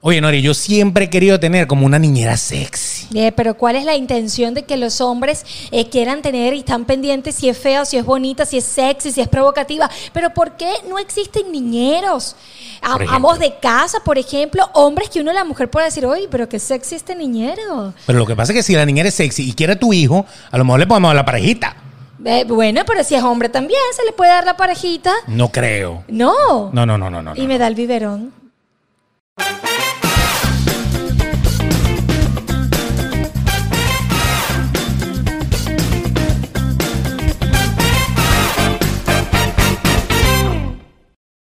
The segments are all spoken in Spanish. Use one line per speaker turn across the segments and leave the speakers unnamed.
Oye, Nori, yo siempre he querido tener como una niñera sexy.
Eh, pero ¿cuál es la intención de que los hombres eh, quieran tener y están pendientes si es fea, si es bonita, si es sexy, si es provocativa? Pero ¿por qué no existen niñeros? A-
Por ejemplo.
amos de casa, por ejemplo, hombres que uno la mujer puede decir, oye, pero qué sexy este niñero.
Pero lo que pasa es que si la niñera es sexy y quiere a tu hijo, a lo mejor le ponemos a la parejita.
Eh, bueno, pero si es hombre también, se le puede dar la parejita.
No creo.
No.
No, no, no, no, no.
Y me da el biberón.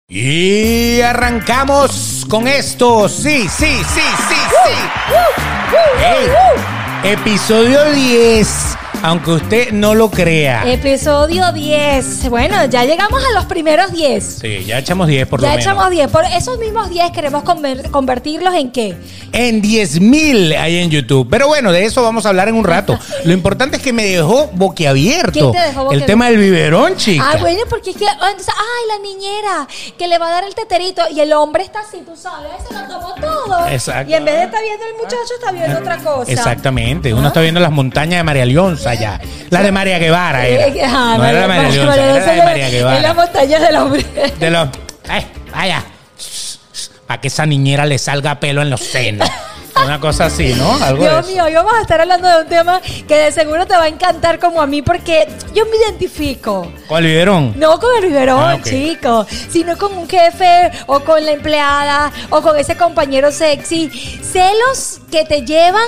Y arrancamos con esto. Sí, sí, sí, sí, sí. Ey, episodio 10. Aunque usted no lo crea.
Em- Episodio 10. Bueno, ya llegamos a los primeros 10.
Sí, ya echamos 10 por lo
ya
menos.
echamos 10. Por esos mismos 10 queremos conver- convertirlos en qué?
en 10.000 ahí en YouTube. Pero bueno, de eso vamos a hablar en un rato. Lo importante es que me dejó boquiabierto.
¿Quién te dejó
El
boquiabierto?
tema del biberón, chica.
Ah, bueno, porque es que, ah, entonces, ay, la niñera que le va a dar el teterito y el hombre está así, tú sabes, se lo tomó todo.
Exacto.
Y en vez de estar viendo el muchacho, está viendo otra cosa.
Exactamente,
¿ah?
uno está viendo las montañas de María Leonza allá. La de María Guevara era.
Eh, ajá,
no era la
María-
de María Leonza, era
María
la de
Leonza
María
en las
Guevara.
montañas del hombre.
De los. ¡Ay, vaya! Para que esa niñera le salga pelo en los senos. Una cosa así, ¿no? Algo de
Dios
eso.
mío, hoy vamos a estar hablando de un tema que de seguro te va a encantar como a mí porque yo me identifico.
Con el biberón.
No con el biberón,
Ah, ok.
chico, sino con un jefe o con la empleada o con ese compañero sexy. Celos que te llevan.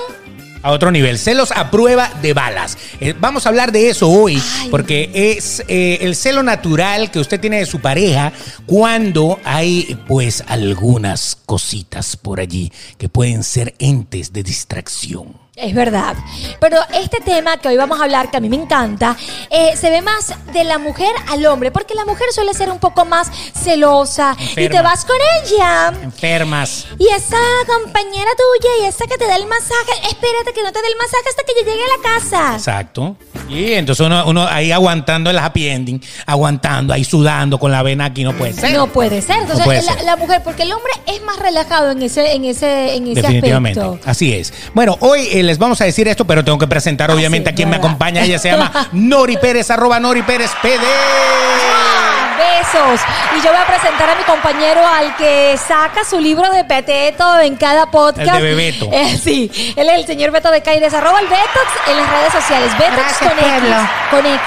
a otro nivel. Celos a prueba de balas. Eh, vamos a hablar de eso hoy,
Ay.
porque es eh, el celo natural que usted tiene de su pareja cuando hay, pues, algunas cositas por allí que pueden ser entes de distracción.
Es verdad. Pero este tema que hoy vamos a hablar, que a mí me encanta, eh, se ve más de la mujer al hombre, porque la mujer suele ser un poco más celosa y
Enferma.
te vas con ella.
Enfermas.
Y esa compañera tuya y esa que te da el masaje, espérate que no te dé el masaje hasta que yo llegue a la casa.
Exacto. Y entonces uno, uno ahí aguantando el happy ending, aguantando, ahí sudando con la vena aquí, no puede ser.
No puede ser. Entonces,
puede
la,
ser.
la mujer, porque el hombre es más relajado en ese, en ese, en ese
Definitivamente.
aspecto.
Así es. Bueno, hoy eh, les vamos a decir esto, pero tengo que presentar obviamente
Ah, sí,
a quien me
¿verdad?
acompaña. Ella se llama Nori Pérez, arroba Nori Pérez PD.
¡Ah! Besos. Y yo voy a presentar a mi compañero al que saca su libro de Peteto en cada podcast.
El de Bebeto.
Eh, sí, él es el señor Beto de Caires. Arroba el Betox en las redes sociales. Betox
Gracias,
con X.
pueblo.
Con X.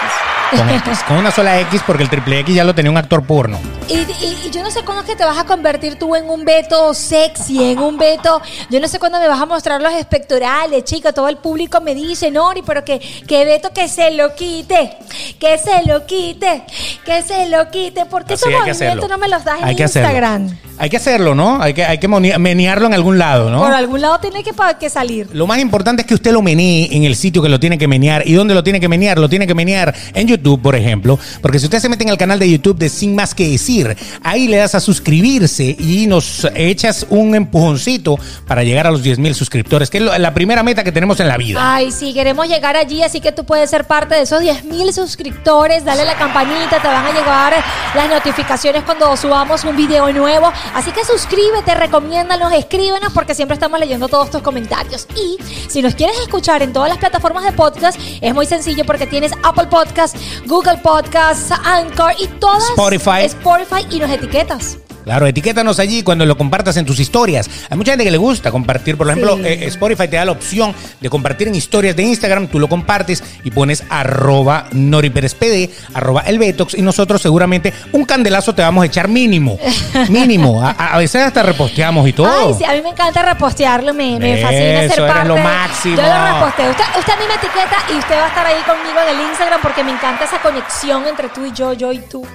Con X, con una sola X, porque el triple X ya lo tenía un actor porno.
Y, y- y yo no sé cuándo es que te vas a convertir tú en un Beto sexy, en un Beto. Yo no sé cuándo me vas a mostrar los espectorales, chico. Todo el público me dice, Nori, pero que, que Beto que se lo quite, que se lo quite, que se lo quite. ¿Por qué esos
Así hay que
movimientos
hacerlo.
no me los das en
Hay que hacerlo.
Instagram?
Hay que hacerlo, ¿no? Hay que, hay que moni- menearlo en algún lado, ¿no?
Por algún lado tiene que, pa- que salir.
Lo más importante es que usted lo menee en el sitio que lo tiene que menear. ¿Y dónde lo tiene que menear? Lo tiene que menear en YouTube, por ejemplo. Porque si usted se mete en el canal de YouTube de Sin Más Que Decir, ahí le das a suscribirse y nos echas un empujoncito para llegar a los 10 mil suscriptores, que es lo- la primera meta que tenemos en la vida.
Ay, sí, queremos llegar allí, así que tú puedes ser parte de esos 10.000 mil suscriptores. Dale la campanita, te van a llegar las notificaciones cuando subamos un video nuevo. Así que suscríbete, recomiéndanos, escríbenos, porque siempre estamos leyendo todos tus comentarios. Y si nos quieres escuchar en todas las plataformas de podcast, es muy sencillo porque tienes Apple Podcast, Google Podcast, Anchor y todas.
Spotify.
Spotify y nos etiquetas.
Claro, etiquétanos allí cuando lo compartas en tus historias. Hay mucha gente que le gusta compartir. Por ejemplo,
Sí.
eh, Spotify te da la opción de compartir en historias de Instagram. Tú lo compartes y pones arroba noriperespd, arroba el Betox. Y nosotros seguramente un candelazo te vamos a echar mínimo. Mínimo. A, a- a veces hasta reposteamos y todo.
Ay, sí, a mí me encanta repostearlo, me, me fascina
Eso,
ser
eres
parte.
lo máximo.
Yo lo reposteo. Usted, usted a mí me etiqueta y usted va a estar ahí conmigo en el Instagram porque me encanta esa conexión entre tú y yo, yo y tú.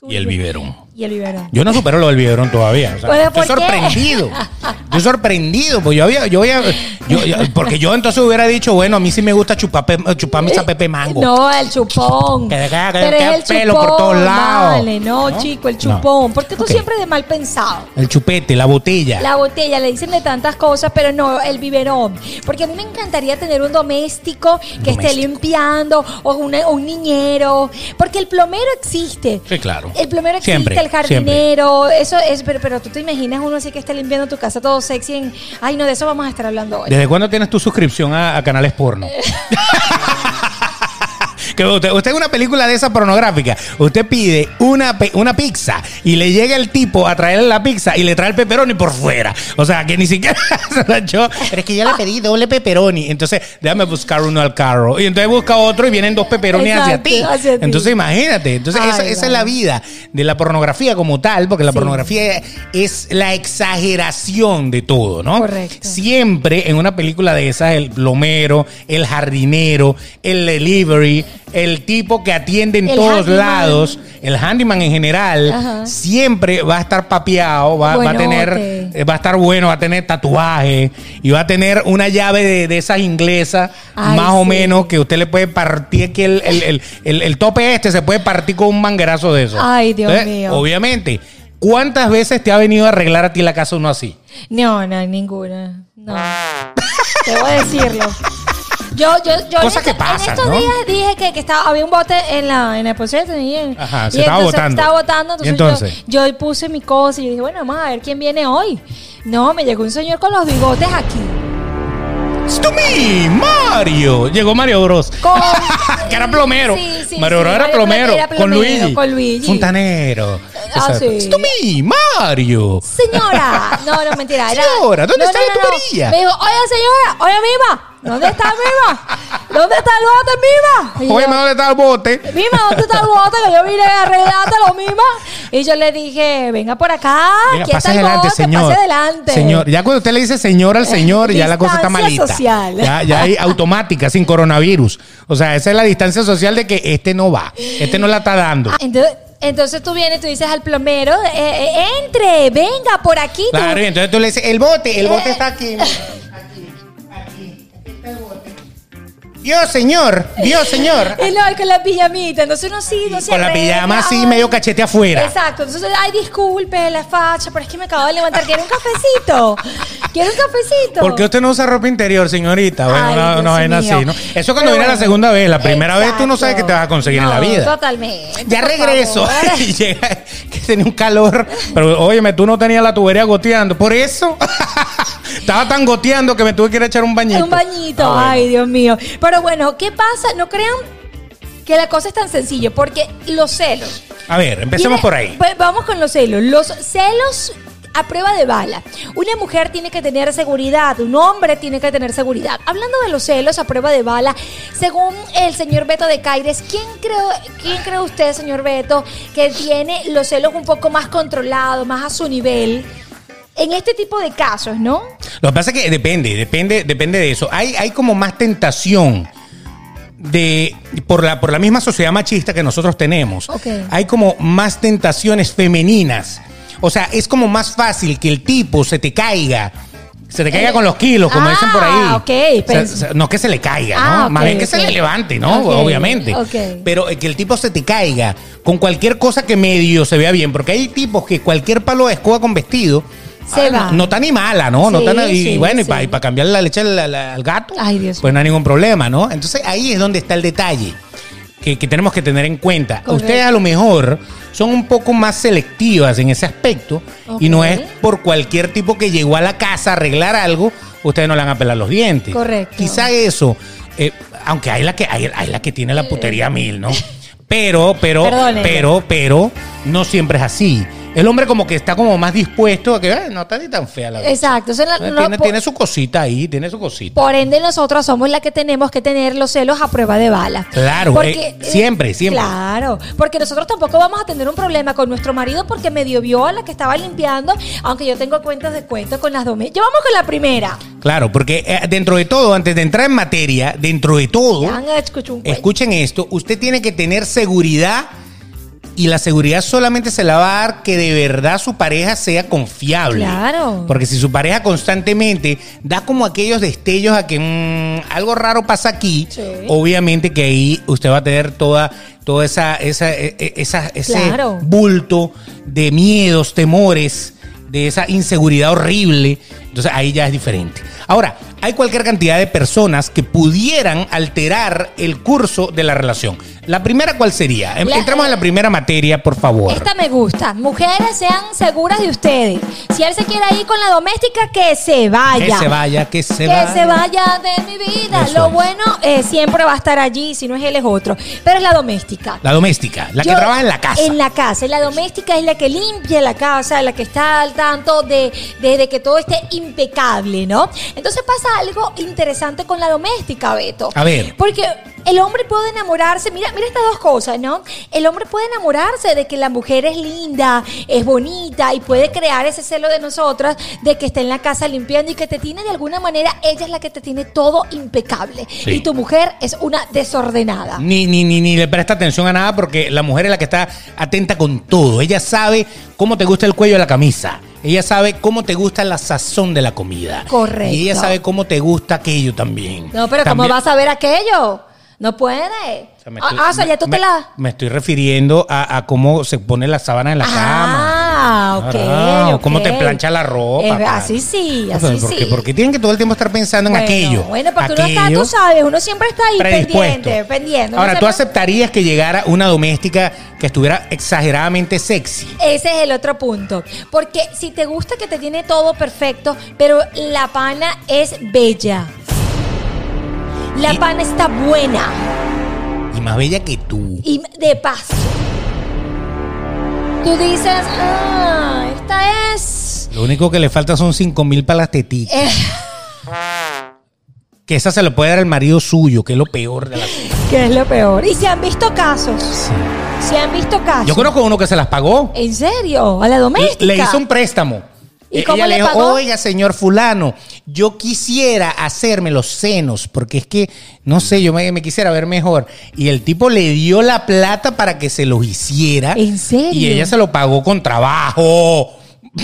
Tú
Y el
yo.
biberón.
Y el biberón.
Yo no supero lo del biberón todavía. o sea,
Pero,
estoy
Pues, ¿por qué?
sorprendido. Yo sorprendido, pues yo había, yo había, Yo- yo- porque yo entonces hubiera dicho, bueno, a mí sí me gusta chupar, pe- chuparme esa pepe mango.
Eh, No, el chupón.
Que deja- que
Pero
queda
es el
pelo por
chupón.
todos lados.
Vale, no,
¿No?
chico, el
No.
chupón. Porque tú
Ok.
siempre de mal pensado.
El chupete, la botella.
La botella, le dicen de tantas cosas, pero no, el biberón. Porque a mí me encantaría tener un doméstico que esté
Doméstico.
limpiando o, una- o un niñero. Porque el plomero existe.
Sí, claro.
El plomero existe,
Siempre,
el jardinero. Eso es, pero, pero tú te imaginas uno así que esté limpiando tu casa todo sexy. en- ay, no, de eso vamos a estar hablando hoy.
¿Desde cuándo tienes tu suscripción a, a canales porno?
Eh.
que usted, usted es una película de esa pornográfica. Usted pide una, pe- una pizza y le llega el tipo a traerle la pizza y le trae el pepperoni por fuera. O sea, que ni siquiera se la echó. Pero es que ya le pedí doble pepperoni. Entonces, déjame buscar uno al carro. Y entonces busca otro y vienen dos pepperonis hacia
Exacto,
ti.
hacia ti.
Entonces, imagínate. Entonces,
Ay,
esa, esa es
vale.
la vida de la pornografía como tal, porque la
Sí.
pornografía es la exageración de todo, ¿no?
Correcto.
siempre en una película de esas, el plomero, el jardinero, el delivery, el tipo que atiende en
El
todos
handyman.
lados, el handyman en general,
Ajá.
siempre va a estar papeado, va, va a tener,
Buenote.
eh, va a estar bueno, va a tener tatuaje y va a tener una llave de, de esas inglesas,
Ay,
más o
sí.
menos, que usted le puede partir aquí el, el- el- el- el tope este, se puede partir con un manguerazo de eso. Eh,
Ay, Dios mío.
Obviamente. ¿Cuántas veces te ha venido a arreglar a ti la casa uno así?
No, no, ninguna. No. Debo decirlo. Yo, yo, yo
Cosas que
en, estos-
pasan,
en estos
¿no?
días dije que, que estaba, había un bote en la, en la poseta y, en-
Ajá, se
y
estaba
entonces
botando.
estaba botando,
¿Y
Entonces,
entonces?
Yo, yo puse mi cosa y yo dije, bueno, vamos a ver quién viene hoy. No, me llegó un señor con los bigotes aquí.
It's to me, Mario. Llegó Mario Bros.
Con-
que era plomero.
Sí, sí,
Mario
sí,
Bros era
Mario
plomero.
era
con
plomero,
Luigi.
con Luigi.
Fontanero.
Ah,
Exacto.
sí.
It's to me, Mario.
Señora, no, no, mentira. Era,
Señora, ¿dónde
No,
está
no,
la
no, no.
tubería?
Me dijo, oye, señora, oye, viva, ¿dónde está viva? ¿Dónde está el bote, viva?
Oye, ¿dónde está el bote?
Mima, ¿dónde está el bote? Que yo vine a arreglártelo, Mima. Y yo le dije, venga por acá.
Venga,
aquí está
pase
el
adelante,
bote,
señor.
Pase adelante.
Señor, ya cuando usted le dice señor al señor, ya la cosa está
Distancia
malita.
social.
Ya, ya hay automática, sin coronavirus. O sea, esa es la distancia social de que este no va. Este no la está dando.
Ah, Entonces, entonces tú vienes, tú dices al plomero, eh, eh, entre, venga por aquí. tú-
Claro, y entonces tú le dices, el bote, el bote está aquí. Aquí, aquí, aquí está el bote. Dios, señor, Dios, señor.
Y luego con la pijamita, entonces uno sí, no se
Con la
arregla.
pijama así, medio cachete afuera.
Exacto, entonces, ay, disculpe la facha, pero es que me acabo de levantar, quiero un cafecito. Quiero un cafecito.
¿Por qué usted no usa ropa interior, señorita? Bueno,
Ay,
una,
Dios
una vaina
mío.
así, ¿no? Eso es cuando
Pero
viene
bueno,
la segunda vez. La primera vez tú no sabes qué
exacto.
te vas a conseguir en la
No,
vida.
Totalmente.
Ya
por
regreso.
favor.
Y llega que tenía un calor. Pero óyeme, tú no tenías la tubería goteando. Por eso estaba tan goteando que me tuve que ir a echar un bañito.
Un bañito,
Ah, bueno.
ay Dios mío. Pero bueno, ¿qué pasa? No crean que la cosa es tan sencilla, porque los celos.
A ver, empecemos
Tiene-
por ahí.
pues vamos con los celos. Los celos a prueba de bala. Una mujer tiene que tener seguridad, un hombre tiene que tener seguridad. Hablando de los celos a prueba de bala, según el señor Beto de Caires, ¿quién cree, quién cree usted, señor Beto, que tiene los celos un poco más controlados, más a su nivel? En este tipo de casos, ¿no?
Lo que pasa es que depende, depende, depende de eso. Hay, hay como más tentación de por la, por la misma sociedad machista que nosotros tenemos.
Ok.
Hay como más tentaciones femeninas. O sea, es como más fácil que el tipo se te caiga. Se te caiga
Eh,
con los kilos, como
ah,
dicen por ahí.
ok,
O sea,
pens-
o sea, no que se le caiga,
Ah,
¿no?
ok,
Más bien que
ok.
se le levante, ¿no?
Ok,
Obviamente.
ok.
Pero eh, que el tipo se te caiga con cualquier cosa que medio se vea bien. Porque hay tipos que cualquier palo de escoba con vestido.
Se
ah, no-
va.
No está ni mala, ¿no? no
Sí,
tan- y
sí,
bueno, y
sí.
para cambiar la leche al, al- al gato,
Ay, Dios
pues no hay ningún problema, ¿no? Entonces ahí es donde está el detalle que, que tenemos que tener en cuenta.
Correcto.
Ustedes a lo mejor son un poco más selectivas en ese aspecto y no
Ok.
es por cualquier tipo que llegó a la casa a arreglar algo, ustedes no le van a pelar los dientes.
Correcto.
Quizá eso, eh, aunque hay la que hay, hay la que tiene la putería mil, ¿no? Pero, pero,
Perdónenme.
pero, pero, no siempre es así. El hombre como que está como más dispuesto a que, "Ay, no está ni tan fea la vida".
Exacto. o sea, la- no-
tiene,
po-
tiene su cosita ahí, tiene su cosita.
Por ende, nosotros somos la que tenemos que tener los celos a prueba de bala.
Claro, eh, siempre,
eh,
siempre.
Claro, porque nosotros tampoco vamos a tener un problema con nuestro marido porque medio vio a la que estaba limpiando, aunque yo tengo cuentas de cuento con las dos. Yo vamos con la primera.
Claro, porque eh, dentro de todo, antes de entrar en materia, dentro de todo,
pues. Ya han escuchado un cuento.
escuchen esto, usted tiene que tener seguridad Y la seguridad solamente se la va a dar que de verdad su pareja sea confiable.
Claro.
Porque si su pareja constantemente da como aquellos destellos a que mm, algo raro pasa aquí,
Sí.
obviamente que ahí usted va a tener toda, toda esa, esa, e- e- esa- ese
Claro.
bulto de miedos, temores, de esa inseguridad horrible. Entonces ahí ya es diferente. Ahora, hay cualquier cantidad de personas que pudieran alterar el curso de la relación. La primera, ¿cuál sería? Em-
La-
Entramos en la primera materia, por favor.
Esta me gusta. Mujeres sean seguras de ustedes. Si él se quiere ir con la doméstica, que se vaya.
que se vaya, que se
Que
vaya.
se vaya de mi vida.
Eso
Lo
es.
bueno eh, siempre va a estar allí, si no es él es otro. Pero es la doméstica.
La doméstica, la
Yo-
que trabaja en la casa.
En la casa. Y La doméstica es la que limpia la casa, la que está al tanto de, de- de que todo esté impecable, ¿no? Entonces pasa algo interesante con la doméstica, Beto.
A ver.
Porque el hombre puede enamorarse, mira, mira estas dos cosas, ¿no? El hombre puede enamorarse de que la mujer es linda, es bonita y puede crear ese celo de nosotras de que está en la casa limpiando y que te tiene de alguna manera, ella es la que te tiene todo impecable.
Sí.
Y tu mujer es una desordenada.
Ni, ni, ni, ni le presta atención a nada porque la mujer es la que está atenta con todo. Ella sabe cómo te gusta el cuello de la camisa. Ella sabe cómo te gusta la sazón de la comida.
Correcto.
Y ella sabe cómo te gusta aquello también.
No, pero ¿cómo
También-
vas a ver aquello? No puede.
O sea, me
Ah,
estoy-
ah, o sea, ya tú
me-
te la...
Me estoy refiriendo a, a cómo se pone la sábana en la cama.
Ah, ok.
Claro,
ok.
cómo te plancha la ropa,
Eh,
claro.
así sí,
Pero
así
¿por qué?
sí.
Porque tienen que todo el tiempo estar pensando en
Bueno,
aquello.
Bueno, porque uno está,
aquello.
tú sabes, uno siempre está ahí pendiente, pendiente. Uno
Ahora, ¿tú
siempre-
aceptarías que llegara una doméstica que estuviera exageradamente sexy?
Ese es el otro punto. Porque si te gusta que te tiene todo perfecto, pero la pana es bella. La
Y-
pana está buena
Y más bella que tú.
y de paso. Tú dices, ah, esta es
Lo único que le falta son 5 mil para las tetitas.
Eh.
Que esa se lo puede dar el marido suyo, que es lo peor de la
Que es lo peor. Y se han visto casos. Se han visto casos.
Yo conozco uno que se las pagó.
¿En serio? ¿A la doméstica?
Le hizo un préstamo.
¿Y
Eh,
cómo
Ella
le
le dijo,
pagó?
oiga, señor fulano, yo quisiera hacerme los senos, porque es que, no sé, yo me, me quisiera ver mejor. Y el tipo le dio la plata para que se los hiciera.
¿En serio?
Y ella se lo pagó con trabajo.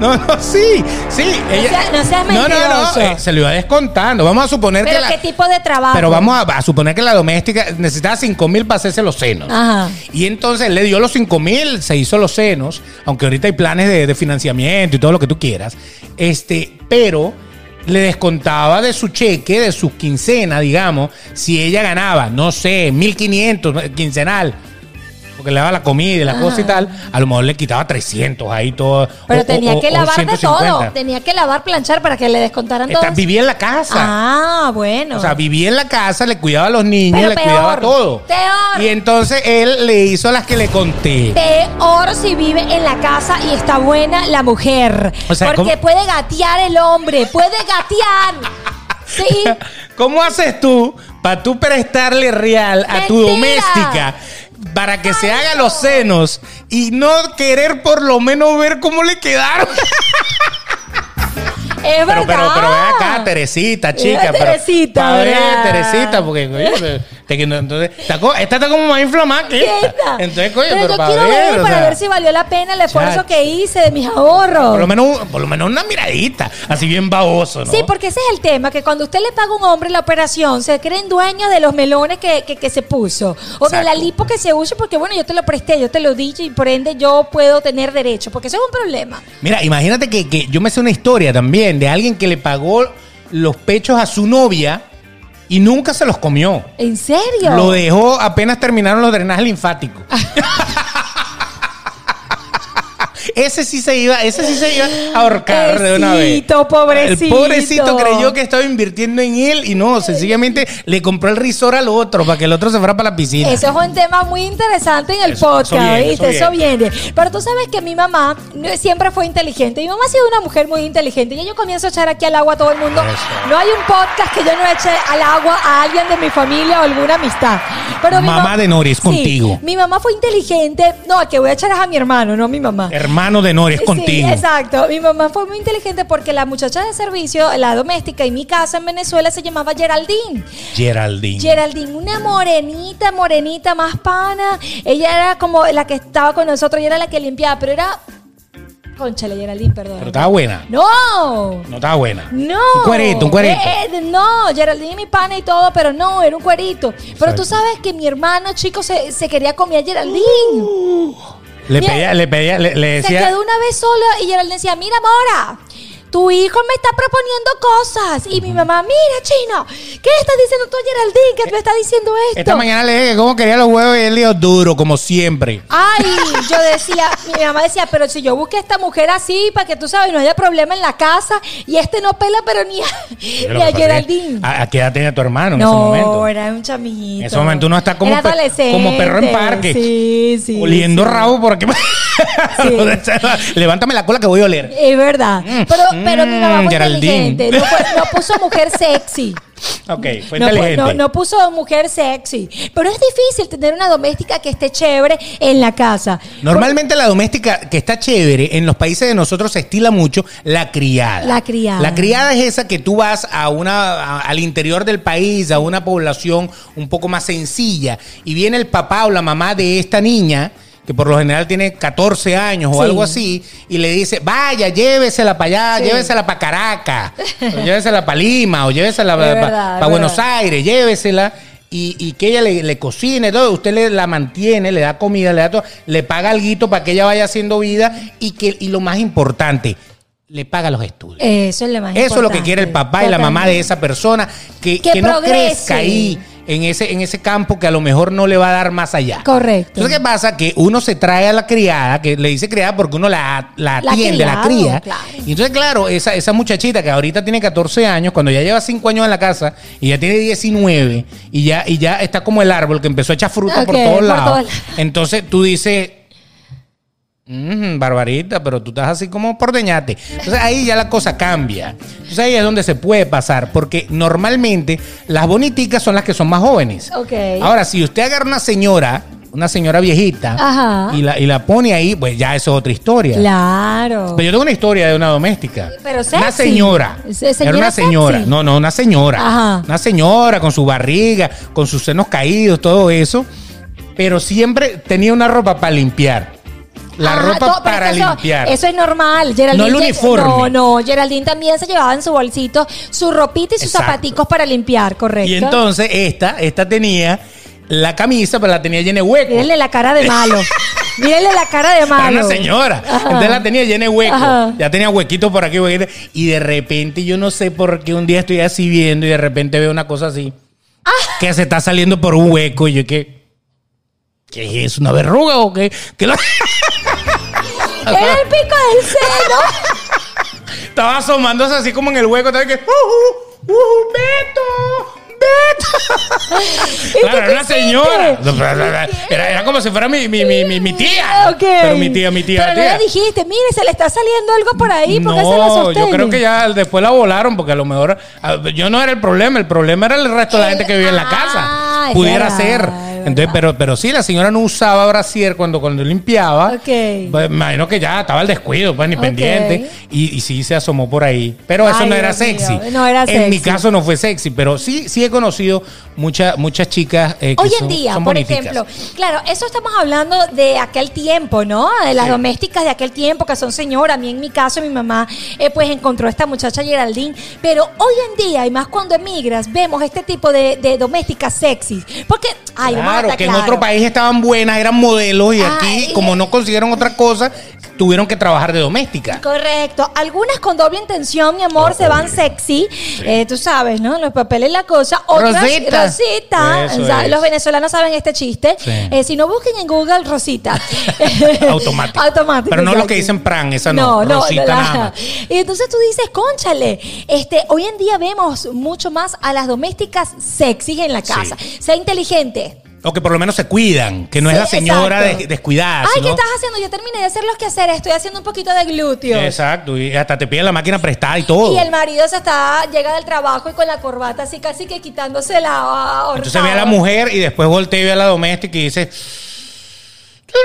No, no, sí, sí.
sea- no seas
no, no,
mentiroso.
eh, se lo iba descontando. Vamos a suponer
¿Pero
que la-
qué tipo de trabajo?
pero vamos a, a suponer que la doméstica necesitaba 5 mil para hacerse los senos.
Ajá.
Y entonces le dio los 5 mil, se hizo los senos, aunque ahorita hay planes de, de financiamiento y todo lo que tú quieras. Este, pero le descontaba de su cheque, de su quincena, digamos, si ella ganaba, no sé, 1500 quincenal. Porque le daba la comida y la cosa y tal, a lo mejor le quitaba 300 ahí todo.
Ah. Pero
o-
tenía
o-
que
o
lavar de
150.
todo. Tenía que lavar, planchar para que le descontaran todo.
Está- vivía en la casa.
Ah, bueno.
O sea, vivía en la casa, le cuidaba a los niños,
Pero
le
peor,
cuidaba todo.
peor.
Y entonces él le hizo las que le conté.
Peor si vive en la casa y está buena la mujer.
O sea,
Porque
¿cómo?
puede gatear el hombre, puede gatear. Sí.
¿Cómo haces tú para tú prestarle real a tu
Mentira.
doméstica para que se haga los senos y no querer por lo menos ver cómo le quedaron?
Es
Pero,
verdad.
pero, pero ven acá, Teresita, chica.
Mira,
pero-
Teresita,
pa' ver,
¿verdad?
Teresita, porque, coño, te- te- entonces, está co- esta está como más inflamada que esta.
Quieta.
Entonces, coño,
pero,
pero,
yo
pa'
quiero ver,
o
para
sea.
ver si valió la pena el esfuerzo
Chacho.
que hice de mis ahorros.
Por lo menos, un- por lo menos una miradita, así bien baboso, ¿no?
Sí, porque ese es el tema, que cuando usted le paga a un hombre la operación, se creen dueños de los melones que, que- que se puso, o de la
Exacto.
lipo que se usa, porque bueno, yo te lo presté, yo te lo dije y por ende yo puedo tener derecho, porque eso es un problema.
Mira, imagínate que, que yo me sé una historia también de alguien que le pagó los pechos a su novia y nunca se los comió.
¿En serio?
Lo dejó apenas terminaron los drenajes linfáticos. ese sí se iba, ese sí se iba a ahorcar de una vez.
Pobrecito, pobrecito.
El pobrecito creyó que estaba invirtiendo en él y no, sencillamente le compró el risor al otro para que el otro se fuera para la piscina.
Eso es un tema muy interesante en el
Eso-
podcast,
eso viene,
¿viste? Eso
eso
viene. Pero tú sabes que mi mamá no- siempre fue inteligente. Mi mamá ha sido una mujer muy inteligente. Y yo comienzo a echar aquí al agua a todo el mundo.
Eso.
No hay un podcast que yo no eche al agua a alguien de mi familia o alguna amistad. Pero mi
Mamá de Nori, es
Sí,
contigo.
Mi mamá fue inteligente. No, al que voy a echar es a mi hermano, no a mi mamá.
mano de Nori, es contigo.
Sí, exacto. Mi mamá fue muy inteligente porque la muchacha de servicio, la doméstica en mi casa en Venezuela se llamaba Geraldine.
Geraldine.
Geraldine, una morenita, morenita más pana. Ella era como la que estaba con nosotros, y era la que limpiaba, pero era. Conchale, Geraldine, perdón.
Pero estaba buena.
¡No!
No estaba buena.
No.
Un cuerito, un cuerito.
Eh, eh, no, Geraldine mi pana y todo, pero no, era un cuerito. Pero tú
Exacto.
sabes que mi hermana, chico, se, se quería comer a Geraldine.
Le
eh, Mira,
pedía, le pedía, le, le
se
Uh. decía.
quedó una vez sola y Geraldine decía, mira, Mora. Tu hijo me está proponiendo cosas. Y mi mamá, mira, Chino, ¿qué le estás diciendo tú a Geraldine? ¿Qué te está diciendo esto?
Esta mañana le dije que cómo quería los huevos y él dijo duro, como siempre.
Ay, yo decía, mi mamá decía, pero si yo busqué a esta mujer así, para que tú sabes, no haya problema en la casa, y este no pela, pero ni a,
Mira, lo que
ni a
pasa es que-
Geraldine.
¿A, a qué edad tenía tu hermano en ese
no,
momento?
era un chamillito.
En ese momento uno está como,
Era
pe-
adolescente.
como perro en parque.
Sí, sí.
oliendo rabo por aquí.
Sí.
Levántame la cola que voy a oler.
Es verdad. Pero, pero mi mamá
mm,
fue
Geraldine.
inteligente. No, fue- no puso mujer sexy.
Ok, fue
no, pues,
inteligente.
no- no puso mujer sexy. Pero es difícil tener una doméstica que esté chévere en la casa.
Normalmente la doméstica que está chévere, en los países de nosotros se estila mucho la criada.
La criada.
La criada es esa que tú vas a una a- al interior del país, a una población un poco más sencilla y viene el papá o la mamá de esta niña que por lo general tiene 14 años o
Sí.
algo así, y le dice, vaya, llévesela para allá,
Sí.
llévesela para Caracas, o llévesela para Lima, o llévesela
Es
para
verdad, es
Buenos
verdad.
Aires, llévesela. Y, y que ella le, le cocine todo, usted le, la mantiene, le da comida, le da todo, le paga algo para que ella vaya haciendo vida y que y lo más importante, le paga los estudios.
Eso es lo más
Eso es lo que
importante.
quiere el papá y la mamá de esa persona, que,
Que
que no
progrese.
crezca ahí en ese, en ese campo que a lo mejor no le va a dar más allá.
Correcto.
Entonces, ¿qué pasa? Que uno se trae a la criada, que le dice criada porque uno la, la
La
atiende, la,
criado,
cría.
claro.
Y entonces, claro, esa, esa muchachita que ahorita tiene 14 años, cuando ya lleva 5 años en la casa y ya tiene 19 y ya, y ya está como el árbol que empezó a echar fruta por
Ok,
todos
por
lados.
todos lados.
Entonces tú dices, "Mm, barbarita, pero tú estás así como porteñate. Entonces ahí ya la cosa cambia. Entonces ahí es donde se puede pasar, porque normalmente las boniticas son las que son más jóvenes.
Ok.
Ahora, si usted agarra una señora, una señora viejita,
Ajá.
Y, la, y la pone ahí, pues ya eso es otra historia.
Claro.
Pero yo tengo una historia de una doméstica.
Pero
Una
sexy.
señora.
Se- señora
Era una
sexy.
señora. No, no, una señora.
Ajá.
Una señora con su barriga, con sus senos caídos, todo eso. Pero siempre tenía una ropa para limpiar. La
Ajá,
ropa
todo, Ah, pero
para
es que eso-
limpiar.
Eso es normal. Geraldine
No el
lle-
uniforme.
No, no. Geraldine también se llevaba en su bolsito su ropita y sus
Exacto.
zapaticos para limpiar, correcto.
y entonces esta, esta tenía la camisa, pero la tenía llena de huecos.
Mírenle la cara de malo. Mírenle la cara de
Era
malo.
una señora. Entonces la tenía llena de huecos.
Ajá.
Ya tenía huequitos por aquí, huequitos. Y de repente, yo no sé por qué un día estoy así viendo y de repente veo una cosa así.
Ah.
Que se está saliendo por un hueco. Y yo, ¿qué? ¿Qué es? ¿Una verruga o qué? ¿Qué lo-
Era el pico del seno.
Estaba asomándose así como en el hueco. Estaba que. ¡Uh, uh, uh, Beto! ¡Beto!
¿Y tú
claro, era
qué
una
hiciste?
señora. Era, era como si fuera mi, mi, mi, mi- mi tía.
Ok.
Pero mi tía, mi tía.
Pero
tía.
no le dijiste, mire, se le está saliendo algo por ahí, ¿por qué se lo
No,
sostiene?
yo creo que ya después la volaron porque a lo mejor ah, yo no era el problema, el problema era el resto de la
El-
gente que vive en la
ah,
casa.
es
Pudiera
verdad, es
ser.
verdad.
Entonces, pero, pero sí, la señora no usaba brasier cuando, cuando limpiaba.
Ok.
Pues, me imagino que ya estaba el descuido, pues ni
Ok.
pendiente. Y, y sí se asomó por ahí. Pero eso
Ay,
no era
Dios mío,
sexy.
no era
en mi
sexy.
caso no fue sexy, pero sí, sí he conocido muchas muchas chicas eh, que
Hoy en
son-
día,
son
por
boniticas.
ejemplo, claro, eso estamos hablando de aquel tiempo, ¿no? De las
Sí.
domésticas de aquel tiempo que son señoras. A mí, en mi caso, mi mamá, eh, pues encontró a esta muchacha Geraldine. Pero hoy en día, y más cuando emigras, vemos este tipo de, de domésticas sexys. Porque, ay, vamos a
Claro,
estar
que en
claros.
otro país estaban buenas, eran modelos y
Ah,
aquí,
y-
como no consiguieron otra cosa, tuvieron que trabajar de doméstica.
Correcto. Algunas con doble intención, mi amor, se van sexy. Eh, tú sabes, ¿no? Los papeles, la cosa. Otras,
Rosita.
Rosita.
Eso
O sea,
es.
Los venezolanos saben este chiste.
Sí.
Eh, si no busquen en Google, Rosita.
Automático.
Automático.
Pero no
exacto.
lo que dicen pran, esa no. Rosita
la-
nada más.
Y entonces tú dices, conchale, este, hoy en día vemos mucho más a las domésticas sexy en la casa. Sea inteligente.
O que por lo menos se cuidan, que no es
Sí,
la señora
exacto.
de- descuidada.
Ay,
sino-
¿qué estás haciendo? Yo terminé de hacer los quehaceres. Estoy haciendo un poquito de glúteos.
Exacto, y hasta te piden la máquina prestada y todo.
Y el marido se está, llega del trabajo y con la corbata así casi que quitándose la
Entonces ve a la mujer y después voltea y ve a la doméstica y dice... "Tú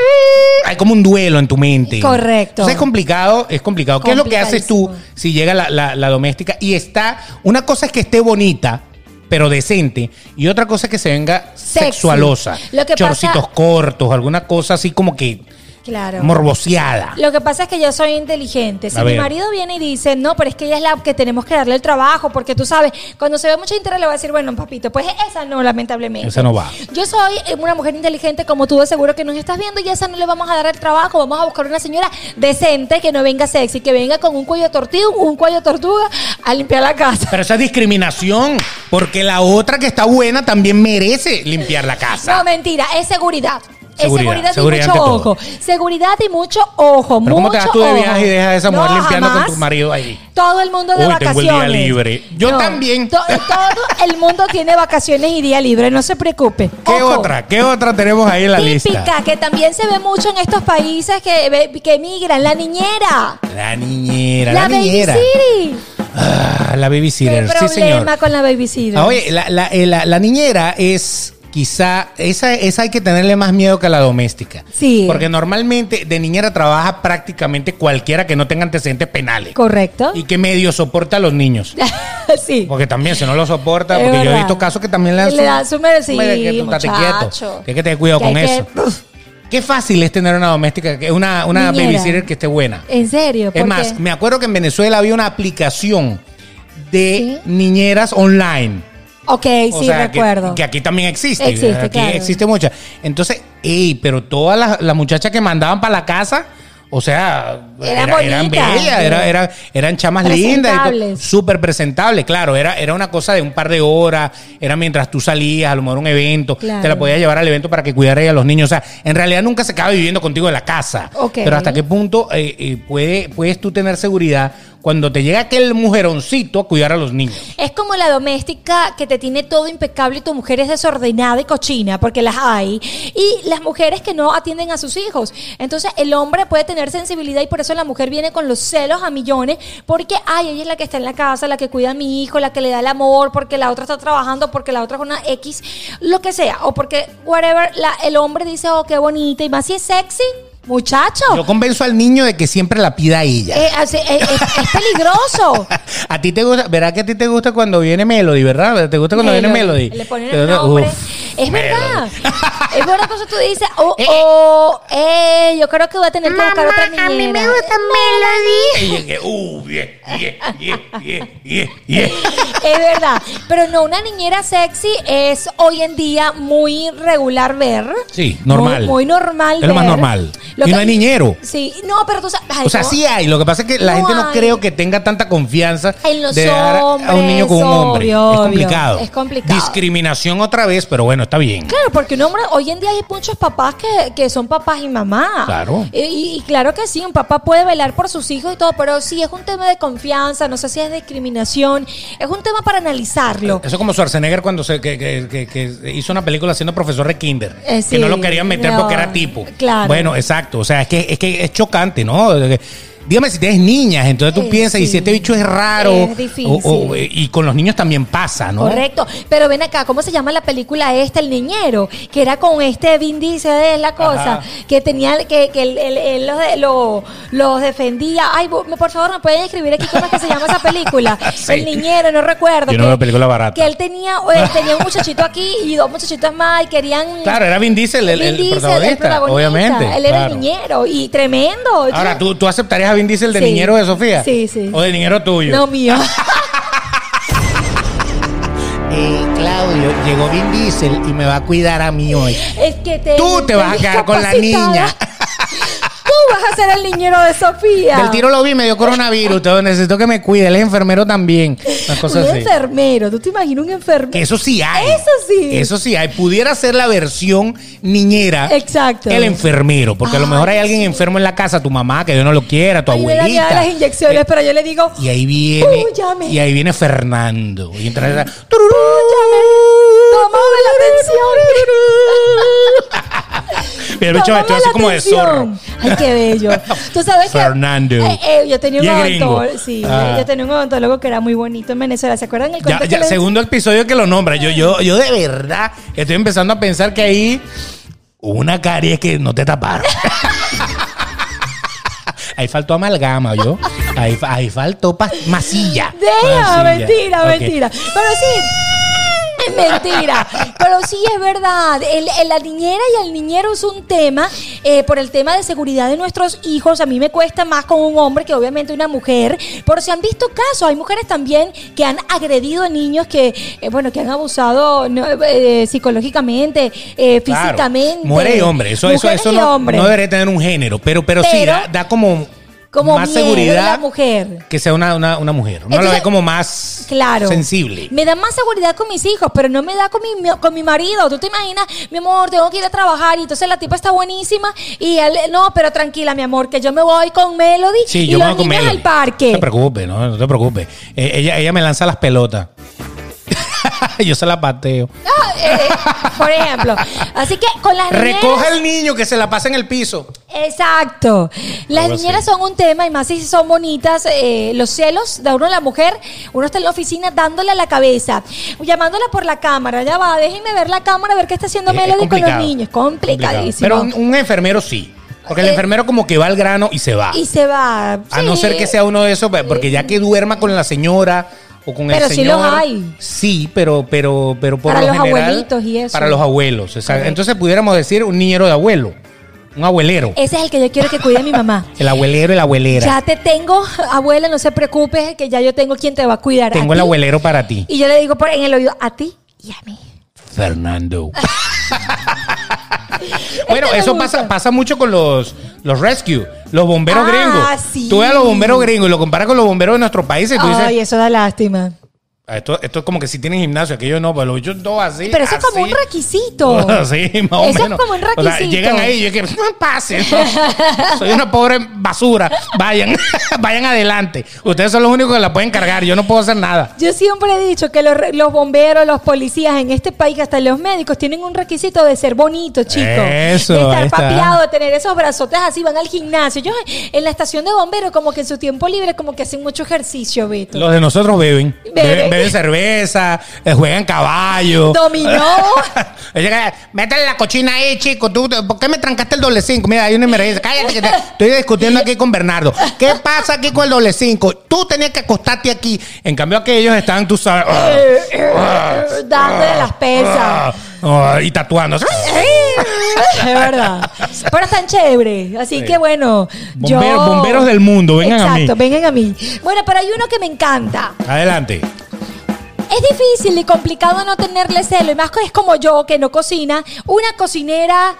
Hay como un duelo en tu mente.
Correcto.
Entonces es complicado, es complicado. ¿Qué es lo que haces tú
Complicadísimo.
si llega la, la- la doméstica y está. Una cosa es que esté bonita, pero decente, y otra cosa es que se venga
Sexy.
sexualosa.
Lo que
Chorcitos
pasa-
cortos, alguna cosa así como que
Claro.
morboseada.
Lo que pasa es que yo soy inteligente. Si
A
mi
ver.
marido viene y dice, no, pero es que ella es la que tenemos que darle el trabajo, porque tú sabes, cuando se ve mucha interés le va a decir, bueno, papito, pues esa no, lamentablemente.
Esa no va.
Yo soy eh, una mujer inteligente, como tú de seguro que nos estás viendo, y a esa no le vamos a dar el trabajo. Vamos a buscar una señora decente que no venga sexy, que venga con un cuello tortuga, un cuello tortuga a limpiar la casa.
Pero esa es discriminación, porque la otra que está buena también merece limpiar la casa.
No, mentira, es seguridad. Es
Seguridad,
seguridad,
seguridad
y mucho
ante todo.
ojo. Seguridad y mucho ojo.
Pero ¿cómo te vas
mucho
tú de
ojo.
viaje y dejas a esa mujer
No,
limpiando
jamás.
con tu marido ahí?
Todo el mundo de
Uy, tengo
vacaciones.
el día libre. Yo también.
to- todo el mundo tiene vacaciones y día libre, no se preocupe.
¿Qué
Ojo.
otra? ¿Qué otra tenemos ahí en la lista?
Típica, que también se ve mucho en estos países que, ve- que emigran. La niñera.
La niñera, la,
La, baby
niñera.
city.
Ah, la babysitter,
¿Qué
sí
problema
señor.
con la baby city?
Ah, oye, la, la- eh, la- la niñera es quizá, esa, esa hay que tenerle más miedo que a la doméstica.
Sí.
Porque normalmente de niñera trabaja prácticamente cualquiera que no tenga antecedentes penales.
Correcto.
Y que medio soporta a los niños.
sí.
Porque también, si no lo soporta,
Es
porque yo he
verdad.
visto casos que también le dan
Le dan su merecido,
Mira, que tú estate
muchacho.
quieto. Tienes que tener cuidado
Que
con
hay que-
eso. Qué fácil es tener una doméstica, que- una, una
Niñera.
babysitter que esté buena.
¿En serio?
Es
¿Por
más,
qué?
me acuerdo que en Venezuela había una aplicación de
¿Sí?
niñeras online.
Ok,
O
sí,
sea, que-
recuerdo.
Que, aquí también existe.
Existe,
aquí
claro.
existe mucha. Entonces, ey, pero todas las, las muchachas que mandaban para la casa, o sea,
Eran
era- eran
bonitas.
bellas, era- era- eran chamas lindas, y todo,
Presentables.
súper presentables, claro. Era, era una cosa de un par de horas, era mientras tú salías, a lo mejor un evento,
Claro.
te la podías llevar al evento para que cuidara ella a los niños. O sea, en realidad nunca se acaba viviendo contigo en la casa.
Ok.
Pero hasta qué punto eh, eh, puede, puedes tú tener seguridad cuando te llega aquel mujeroncito a cuidar a los niños.
Es como la doméstica que te tiene todo impecable y tu mujer es desordenada y cochina, porque las hay. Y las mujeres que no atienden a sus hijos. Entonces el hombre puede tener sensibilidad y por eso la mujer viene con los celos a millones, porque, ay, ella es la que está en la casa, la que cuida a mi hijo, la que le da el amor, porque la otra está trabajando, porque la otra es una X, lo que sea. O porque, whatever, la- el hombre dice, oh, qué bonita, y más si es sexy, muchacho.
Yo convenzo al niño de que siempre la pida ella.
eh, así- eh, es- es peligroso.
A ti te gusta, verá que a ti te gusta cuando viene Melody, ¿verdad? ¿Te gusta cuando viene Melody?
Le ponen
Te
el
gusta-
nombre.
Uf,
es
Melody. eh.
verdad. es verdad cosa tú dices, oh, oh, eh, yo creo que voy a tener que buscar otra niñera.
Melody.
Y yo que, uh, bien, bien, bien, bien, bien, bien.
Es verdad. Pero no, una niñera sexy es hoy en día muy regular ver.
Sí, normal.
Muy, muy normal
Es lo más
ver.
normal. Y no hay niñero.
Sí, no, pero tú sabes. ay,
O sea,
no.
sí hay. Lo que pasa es que la
No
gente no
hay.
creo que tenga tanta confianza
En los
de dejar a un niño con un
hombres,
hombre. es
obvio,
complicado.
es complicado.
Discriminación otra vez, pero bueno, está bien.
Claro, porque un hombre, hoy en día hay muchos papás que, que son papás y mamá.
Claro.
Y, y- y claro que sí, un papá puede velar por sus hijos y todo, pero sí es un tema de confianza, no sé si es discriminación, es un tema para analizarlo.
Eso como Schwarzenegger cuando se, que, que- que- que hizo una película siendo profesor de kinder.
Eh, sí,
que no lo querían meter
no,
porque era tipo.
claro.
Bueno, exacto. O sea, es que es, que es chocante, ¿no? De que- Dígame si tienes niñas, entonces tú
Eh,
piensas, y
sí.
si este bicho es raro.
Es difícil.
o- o- y con los niños también pasa, ¿no?
Correcto, pero ven acá, ¿cómo se llama la película esta, El Niñero? Que era con este Vin Diesel, es la cosa,
Ajá.
que tenía, que, que él, él- él los, de- lo- los defendía. Ay, bu- por favor, ¿me pueden escribir aquí cómo es que se llama esa película?
Sí.
El Niñero, no recuerdo.
Yo no
que-
veo película barata.
Que él tenía, él tenía un muchachito aquí y dos muchachitos más y querían...
Claro, era Vin Diesel el,
Vin
el
Diesel, el
protagonista,
protagonista,
obviamente.
Él era
claro.
el niñero y tremendo. oye.
Ahora, ¿tú, ¿tú aceptarías a Vin Diesel de
Sí.
niñero de Sofía?
Sí, sí.
¿O de niñero tuyo?
No, mío.
Eh, Claudio, llegó Vin Diesel y me va a cuidar a mí hoy.
Es que te,
Tú te vas a quedar con la
discapacitada.
niña.
Tú vas a ser el niñero de Sofía.
Del tiro lo vi, me dio coronavirus. Todo, necesito que me cuide. Él es enfermero también. Una cosa
un
así.
enfermero. ¿Tú te imaginas un
Que
enfermero?
eso sí hay.
Eso sí.
Eso sí hay. Pudiera ser la versión niñera.
Exacto.
El enfermero. Porque a lo
Ay,
mejor hay alguien enfermo en la casa. Tu mamá, que Dios no lo quiera. Tu
A mí me da miedo
abuelita. Eh.
las inyecciones, pero yo le digo,
Y ahí viene.
Uh, llame.
y ahí viene Fernando. Y entra.
tómame la atención.
Mira, el bicho
Tómame
vestido así
la
como de zorro.
atención. Ay, qué bello. Tú sabes que.
Fernando.
Eh, eh, yo tenía un
Y es gringo.
odontólogo. Sí,
Ah.
yo tenía un odontólogo que era muy bonito en Venezuela. ¿Se acuerdan el cuento?
Ya,
que
ya,
les-
segundo episodio que lo nombra. Yo, yo, yo de verdad estoy empezando a pensar que ahí una caries que no te taparon. Ahí faltó amalgama, yo. Ahí, fa- ahí faltó pa- masilla. Masilla.
Deja, mentira,
Ok.
mentira. Pero sí. Es mentira, pero sí es verdad. El, el- la niñera y el niñero es un tema eh, por el tema de seguridad de nuestros hijos. A mí me cuesta más con un hombre que obviamente una mujer. Por si han visto casos, hay mujeres también que han agredido a niños que, eh, bueno, que han abusado no, eh, psicológicamente, eh,
Claro.
físicamente.
Mujeres y hombres. Eso, eso,
Mujeres
eso
y
no,
hombres.
no debería tener un género. Pero, pero, sí,
Pero-
da, da como,
como
más
miedo de
seguridad
la mujer.
que sea una, una, una mujer. Uno lo
Entonces,
ve como más
Claro.
sensible.
Me da más seguridad con mis hijos, pero no me da con mi, mi- con mi marido. Tú te imaginas, mi amor, tengo que ir a trabajar y entonces la tipa está buenísima y él, no, pero tranquila, mi amor, que yo me voy con Melody
Sí,
y
yo
los
me voy con
niños
Melody.
al parque.
No te preocupes, no, no te preocupes. Eh, ella, ella me lanza las pelotas. yo se las pateo.
Ah, eh, por ejemplo. Así que con las niñeras-
Recoge al niño que se la pasa en el piso.
Exacto. Las
Algo así.
niñeras son un tema y más si son bonitas. eh, los celos de uno a la mujer, uno está en la oficina dándole a la cabeza, llamándola por la cámara. Ya va, déjenme ver la cámara, a ver qué está haciendo
Eh, es
Melody con los
complicado.
niños.
Complicado.
Complicadísimo.
Pero un, un enfermero sí. Porque el
Eh,
enfermero como que va al grano y se va.
Y se va.
A no
Sí.
ser que sea uno de esos, pues, porque ya que duerma con la señora o con
Pero
el
sí
señor.
los hay.
Sí, pero, pero, pero por
Para
lo
los
general,
abuelitos y eso.
Para los abuelos. o sea,
Correcto.
Entonces pudiéramos decir un niñero de abuelo, un abuelero.
Ese es el que yo quiero que cuide mi mamá.
El abuelero y la abuelera.
Ya te tengo, abuela, no se preocupes, que ya yo tengo quien te va a cuidar.
Tengo
a
el
ti.
abuelero para ti.
Y yo le digo por en el oído, a ti y a mí.
Fernando. bueno,
Este me
eso
gusta.
pasa, pasa mucho con los, los rescue, los bomberos
Ah,
gringos.
sí.
Tú ves a los bomberos gringos y lo comparas con los bomberos de nuestros países y tú
Ay,
dices,
eso da lástima.
"Ah, esto, esto es como que si tienen gimnasio, aquello no, pero los bichos dos así.
Pero eso es como
así".
un requisito.
eh, ¿ah, sí, más o
Eso es
menos.
como un
O sea,
requisito.
llegan ahí y yo que no pase. no. Soy una pobre basura. Vayan, vayan adelante. Ustedes son los únicos que la pueden cargar. Yo no puedo hacer nada.
Yo siempre he dicho que los, re- los bomberos, los policías en este país, hasta los médicos, tienen un requisito de ser bonito, chico.
Eso,
de
ahí
estar
está.
papeado, de tener esos brazotes así, van al gimnasio. Yo en la estación de bomberos, como que en su tiempo libre, como que hacen mucho ejercicio, Beto.
Los de nosotros beben. Beben,
Beben.
beben cerveza, eh, juegan caballo.
Dominó.
Llega, Métele la cochina ahí, chico. ¿Tú, tú- ¿Por qué me trancaste el doble cinco? Mira, hay una emergencia. Cállate que te- estoy discutiendo aquí con Bernardo. ¿Qué pasa aquí con el doble cinco? Tú tenías que acostarte aquí. En cambio, aquellos están, tú sabes.
eh, dándole eh, las pesas.
Ah, y tatuándose.
Es verdad. Pero están chéveres. Así que bueno.
Bomberos- bomberos del mundo, vengan a mí.
Exacto, vengan a mí. Bueno, pero hay uno que me encanta.
Adelante.
Es difícil y complicado no tenerle celo. Y más que es como yo, que no cocina. Una cocinera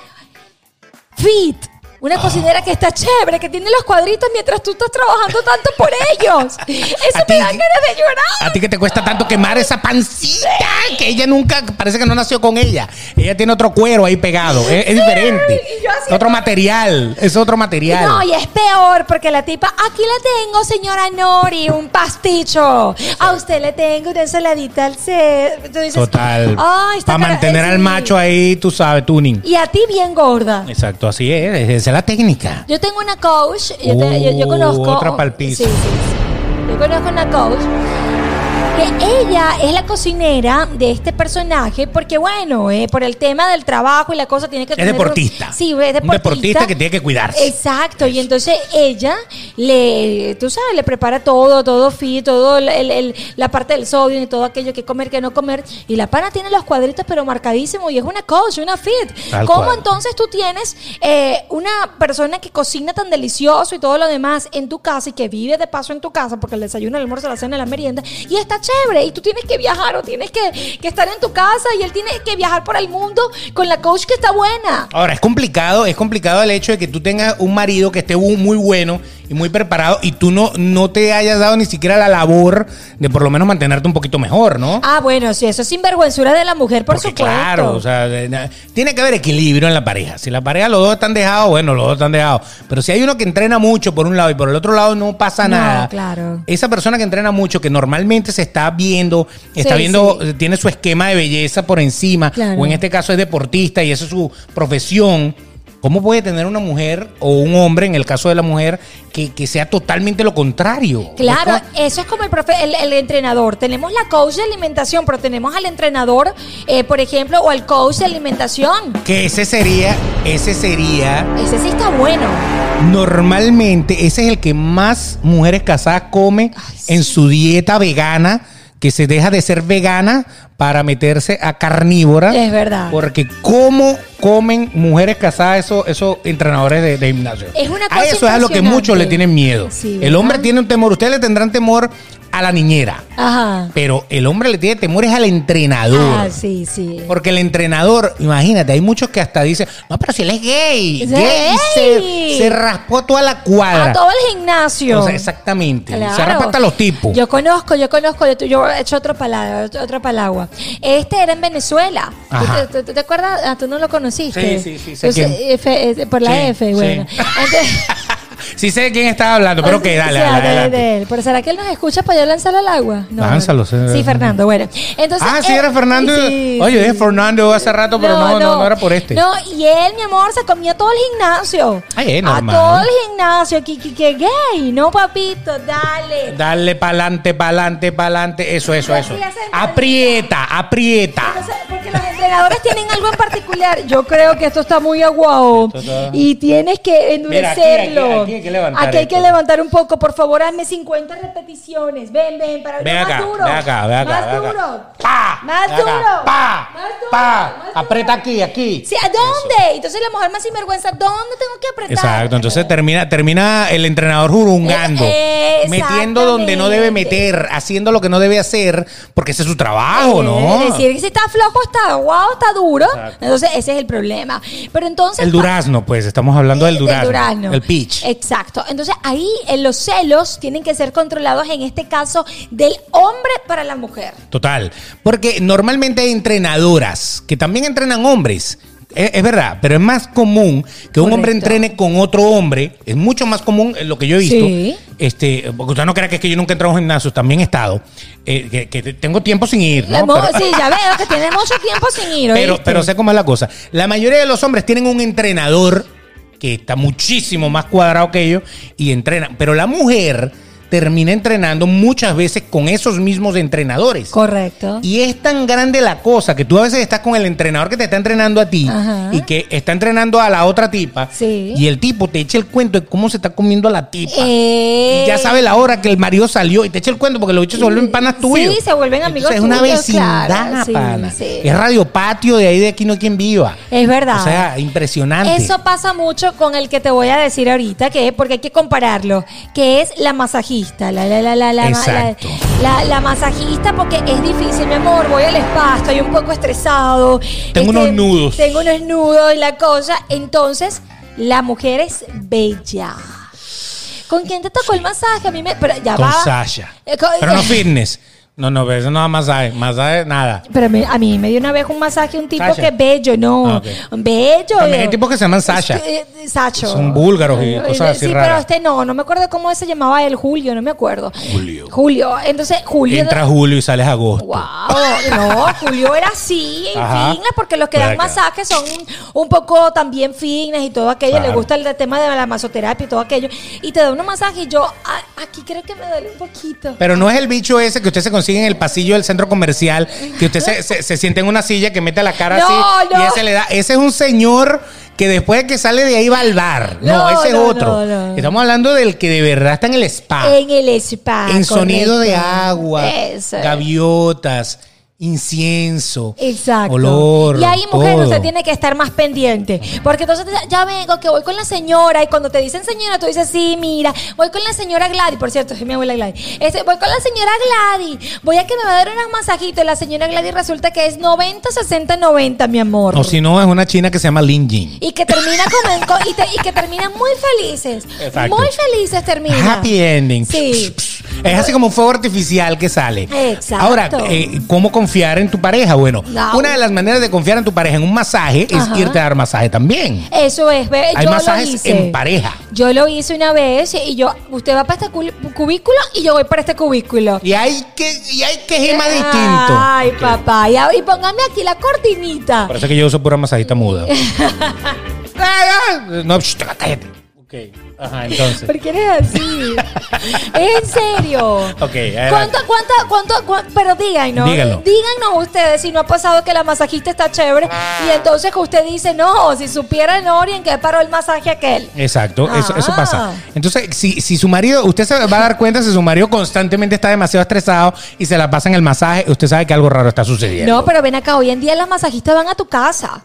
fit. Una cocinera que está chévere, que tiene los cuadritos mientras tú estás trabajando tanto por ellos. Eso
A
me
ti-
da ganas de llorar.
A ti que te cuesta tanto quemar esa pancita que ella nunca, parece que no nació con ella. Ella tiene otro cuero ahí pegado. Es, es diferente.
y yo así-
Otro material. Es otro material.
No, y es peor porque la tipa, aquí la tengo, señora Nori, un pasticho. A usted le tengo una ensaladita al ser. Tú dices,
Total.
"Ay, esta
Para
cara-
mantener
eh,
al
sí".
macho ahí, tú sabes, tuning.
Y a ti bien gorda.
Exacto, así es. Esa es la técnica.
Yo tengo una coach, yo, te- yo- yo
Uh,
conozco.
otra pa'l piso.
Sí, sí, sí. Yo conozco una coach. Que ella es la cocinera de este personaje, porque bueno, eh, por el tema del trabajo y la cosa tiene que
Es deportista.
Sí, es deportista.
Un deportista que tiene que cuidarse.
Exacto, y entonces ella le, tú sabes, le prepara todo, todo fit, todo el- el- el- la parte del sodio y todo aquello que comer, que no comer. Y la pana tiene los cuadritos, pero marcadísimos, y es una coach, una fit.
Tal
¿Cómo
cual.
entonces tú tienes eh, una persona que cocina tan delicioso y todo lo demás en tu casa y que vive de paso en tu casa, porque el desayuno, el almuerzo, la cena, la merienda, y está chévere, y tú tienes que viajar o tienes que, que estar en tu casa y él tiene que viajar por el mundo con la coach que está buena?
Ahora, es complicado, es complicado el hecho de que tú tengas un marido que esté bu- muy bueno y muy preparado y tú no, no te hayas dado ni siquiera la labor de por lo menos mantenerte un poquito mejor, ¿no?
Ah, bueno, sí, eso es sinvergüenzura de la mujer, por
Porque,
supuesto.
Claro, o sea, de- na- tiene que haber equilibrio en la pareja. Si la pareja los dos están dejados, bueno, los dos están dejados. Pero si hay uno que entrena mucho por un lado y por el otro lado no pasa
No,
nada.
claro.
Esa persona que entrena mucho, que normalmente se está viendo, está
Sí,
viendo,
sí.
eh, tiene su esquema de belleza por encima,
Claro.
o en este caso es deportista y eso es su profesión. ¿Cómo puede tener una mujer o un hombre, en el caso de la mujer, que, que sea totalmente lo contrario?
Claro,
¿No?
eso es como el, profe- el, el entrenador. Tenemos la coach de alimentación, pero tenemos al entrenador, eh, por ejemplo, o al coach de alimentación.
Que ese sería, ese sería,
Ese sí está bueno.
normalmente, ese es el que más mujeres casadas come en su dieta vegana, que se deja de ser vegana para meterse a carnívora.
Es verdad.
Porque cómo comen mujeres casadas esos, esos entrenadores de, de gimnasio.
Es una
a
cosa
eso es a lo que muchos le
impresionante.
tienen miedo.
Sí,
el
¿verdad?
hombre tiene un temor, ustedes le tendrán temor a la niñera,
Ajá.
pero el hombre le tiene temores al entrenador.
Ah, sí, sí.
Porque el entrenador, imagínate, hay muchos que hasta dicen, no, pero si él es gay,
Es
gay,
gay.
Se, se raspó toda la cuadra.
A todo el gimnasio.
O sea, exactamente. Se
Claro.
raspa hasta los tipos.
Yo conozco, yo conozco, yo, yo he hecho otra palabra, otra palabra. Este era en Venezuela. ¿Tú
Ajá.
te, tú te acuerdas? Ah, tú no lo conociste.
Sí, sí, sí, sé
Entonces,
quién.
F, eh, por la
Sí,
F,
sí.
bueno. Entonces-
sí sé de quién estaba hablando, pero que dale,
O sea,
dale,
de-
adelante.
de él. Pero será que él nos escucha para yo lanzarlo al agua? No,
Lánzalo,
no.
sí.
Sí, Fernando, bueno. Entonces,
ah, sí,
él-
era Fernando.
eh, sí,
Oye,
sí.
es Fernando hace rato, pero no, no, no, era por este.
No, y él, mi amor, se comió todo el gimnasio.
Ay, es normal.
A todo el gimnasio. Que, que, que gay, ¿no, papito? Dale.
Dale pa'lante, pa'lante, pa'lante. Eso, eso, eso.
Sí, ya se entendió.
Aprieta, aprieta.
Entonces, porque los entrenadores tienen algo en particular. Yo creo que esto está muy aguado.
Esto está-
Y tienes que
Mira, aquí, aquí,
endurecerlo.
aquí hay que levantar
Aquí hay que
esto.
levantar un poco. Por favor, hazme 50 repeticiones. Ven, ven, para
Ve
no,
acá,
más duro.
ve acá, ve acá.
Más
ve acá.
duro.
Pa,
Más
ve acá,
duro.
Pa,
Más duro,
pa.
más duro.
Aprieta aquí, aquí.
Sí, ¿a dónde? Entonces la mujer más sinvergüenza, ¿dónde tengo que apretar?
Exacto, entonces termina, termina el entrenador jurungando,
Eh, eh,
metiendo donde no debe meter, haciendo lo que no debe hacer, porque ese es su trabajo, ¿no?
Eh, Es decir, que si está flojo, está aguado, está duro.
Exacto.
Entonces, ese es el problema. Pero entonces.
el durazno, pues, estamos hablando del
Eh, del
durazno.
durazno.
El pitch.
Exacto. Entonces ahí eh, los celos tienen que ser controlados en este caso del hombre para la mujer.
Total. Porque normalmente hay entrenadoras que también entrenan hombres. e-, Es, es verdad, pero es más común que un hombre
Correcto.
entrene con otro hombre. Es mucho más común eh, lo que yo he visto.
Sí.
Este, porque usted no crea que es que yo nunca he entrado a un gimnasio, también he estado. eh, que, que tengo tiempo sin ir. ¿no?
La mo-
Pero-
sí, ya veo que tiene mucho tiempo sin ir.
Pero,
¿oíste?
pero sé cómo es la cosa. La mayoría de los hombres tienen un entrenador que está muchísimo más cuadrado que ellos y entrenan. Pero la mujer termina entrenando muchas veces con esos mismos entrenadores.
Correcto.
Y es tan grande la cosa que tú a veces estás con el entrenador que te está entrenando a ti
Ajá.
y que está entrenando a la otra tipa.
Sí.
Y el tipo te echa el cuento de cómo se está comiendo a la tipa.
Eh.
Y ya sabe la hora que el marido salió y te echa el cuento porque los bichos se vuelven panas tuyos.
Sí, se vuelven amigos
Entonces, Es una
tuyos,
vecindad,
claro, sí,
pana.
sí.
Es radio patio de ahí de aquí no hay quien viva.
Es verdad.
O sea, impresionante.
Eso pasa mucho con el que te voy a decir ahorita, que porque hay que compararlo, que es la masajista, la la la la la la,
Exacto.
la- la masajista, porque es difícil, mi amor, voy al spa, estoy un poco estresado, este,
Tengo unos nudos.
tengo unos nudos y la cosa, entonces la mujer es bella. ¿Con quién te tocó el masaje? A mí me, pero ya
con
va.
Sasha.
Eh, con-
Pero no fitness. No, no, pero eso no da masaje. Masaje, nada.
Pero me- a mí me dio una vez un masaje un tipo
Sasha.
que es bello, no.
Ah, ok.
Bello.
También hay
yo-
tipos que se llaman Sasha.
Eh, eh, Sacho.
Son búlgaros y
Eh,
cosas así
Sí, pero
raras.
este no, no me acuerdo cómo se llamaba él, Julio, no me acuerdo.
Julio.
Julio, entonces Julio...
Entra julio y sales agosto.
Wow, no, Julio era así, en
Ajá.
fitness, porque los que dan
Venga.
masajes son un poco también fitness y todo aquello,
Claro.
le gusta el tema de la masoterapia y todo aquello, y te da un masaje y yo, a- aquí creo que me duele un poquito.
Pero no es el bicho ese que usted se consigue en el pasillo del centro comercial, que usted se, se- se siente en una silla que mete la cara
No,
así y
no.
ese le da. Ese es un señor que después de que sale de ahí va al bar. No,
No,
ese
no,
es otro.
no, no.
Estamos hablando del que de verdad está en el spa.
en el spa.
ah, en sonido de
correcto.
agua,
Eso es.
gaviotas, incienso,
Exacto.
olor.
Y ahí, mujer,
todo.
usted tiene que estar más pendiente. Porque entonces te dice, ya vengo, que voy con la señora. Y cuando te dicen señora, tú dices, sí, mira, voy con la señora Gladys. Por cierto, es mi abuela Gladys. Este, voy con la señora Gladys. Voy a que me va a dar unos masajitos. Y la señora Gladys resulta que es 90, 60, 90, mi amor.
O si no, es una china que se llama Lin Jin.
Y que termina comen- co- y, te- y que terminan muy felices.
Exacto.
Muy felices termina.
Happy ending.
Sí.
Es así como un fuego artificial que sale.
Exacto.
Ahora, eh, ¿cómo confiar en tu pareja? Bueno,
No.
una de las maneras de confiar en tu pareja en un masaje
Ajá.
es irte a dar masaje también.
Eso es, ve,
Hay
yo lo
masajes
hice.
en pareja.
Yo lo hice una vez y yo, usted va para este cul- cubículo y yo voy para este cubículo.
Y hay que, y hay que gema
Ay,
distinto.
papá. Y, a- y póngame aquí la cortinita.
Parece que yo uso pura masajita muda. ah, ah". No, sh, cállate. Ok, ajá, entonces.
¿Por qué eres así? en serio.
Ok, adelante.
¿Cuánto, cuánto, cuánto, cuán- Pero díganos.
Dígalo.
Díganos ustedes si no ha pasado que la masajista está chévere y entonces que usted dice, no, si supiera en Orien que paró el masaje aquel.
Exacto, eso, eso
Ah.
pasa. Entonces, si, si su marido, usted se va a dar cuenta si su marido constantemente está demasiado estresado y se la pasa en el masaje, usted sabe que algo raro está sucediendo.
No, pero ven acá, hoy en día las masajistas van a tu casa.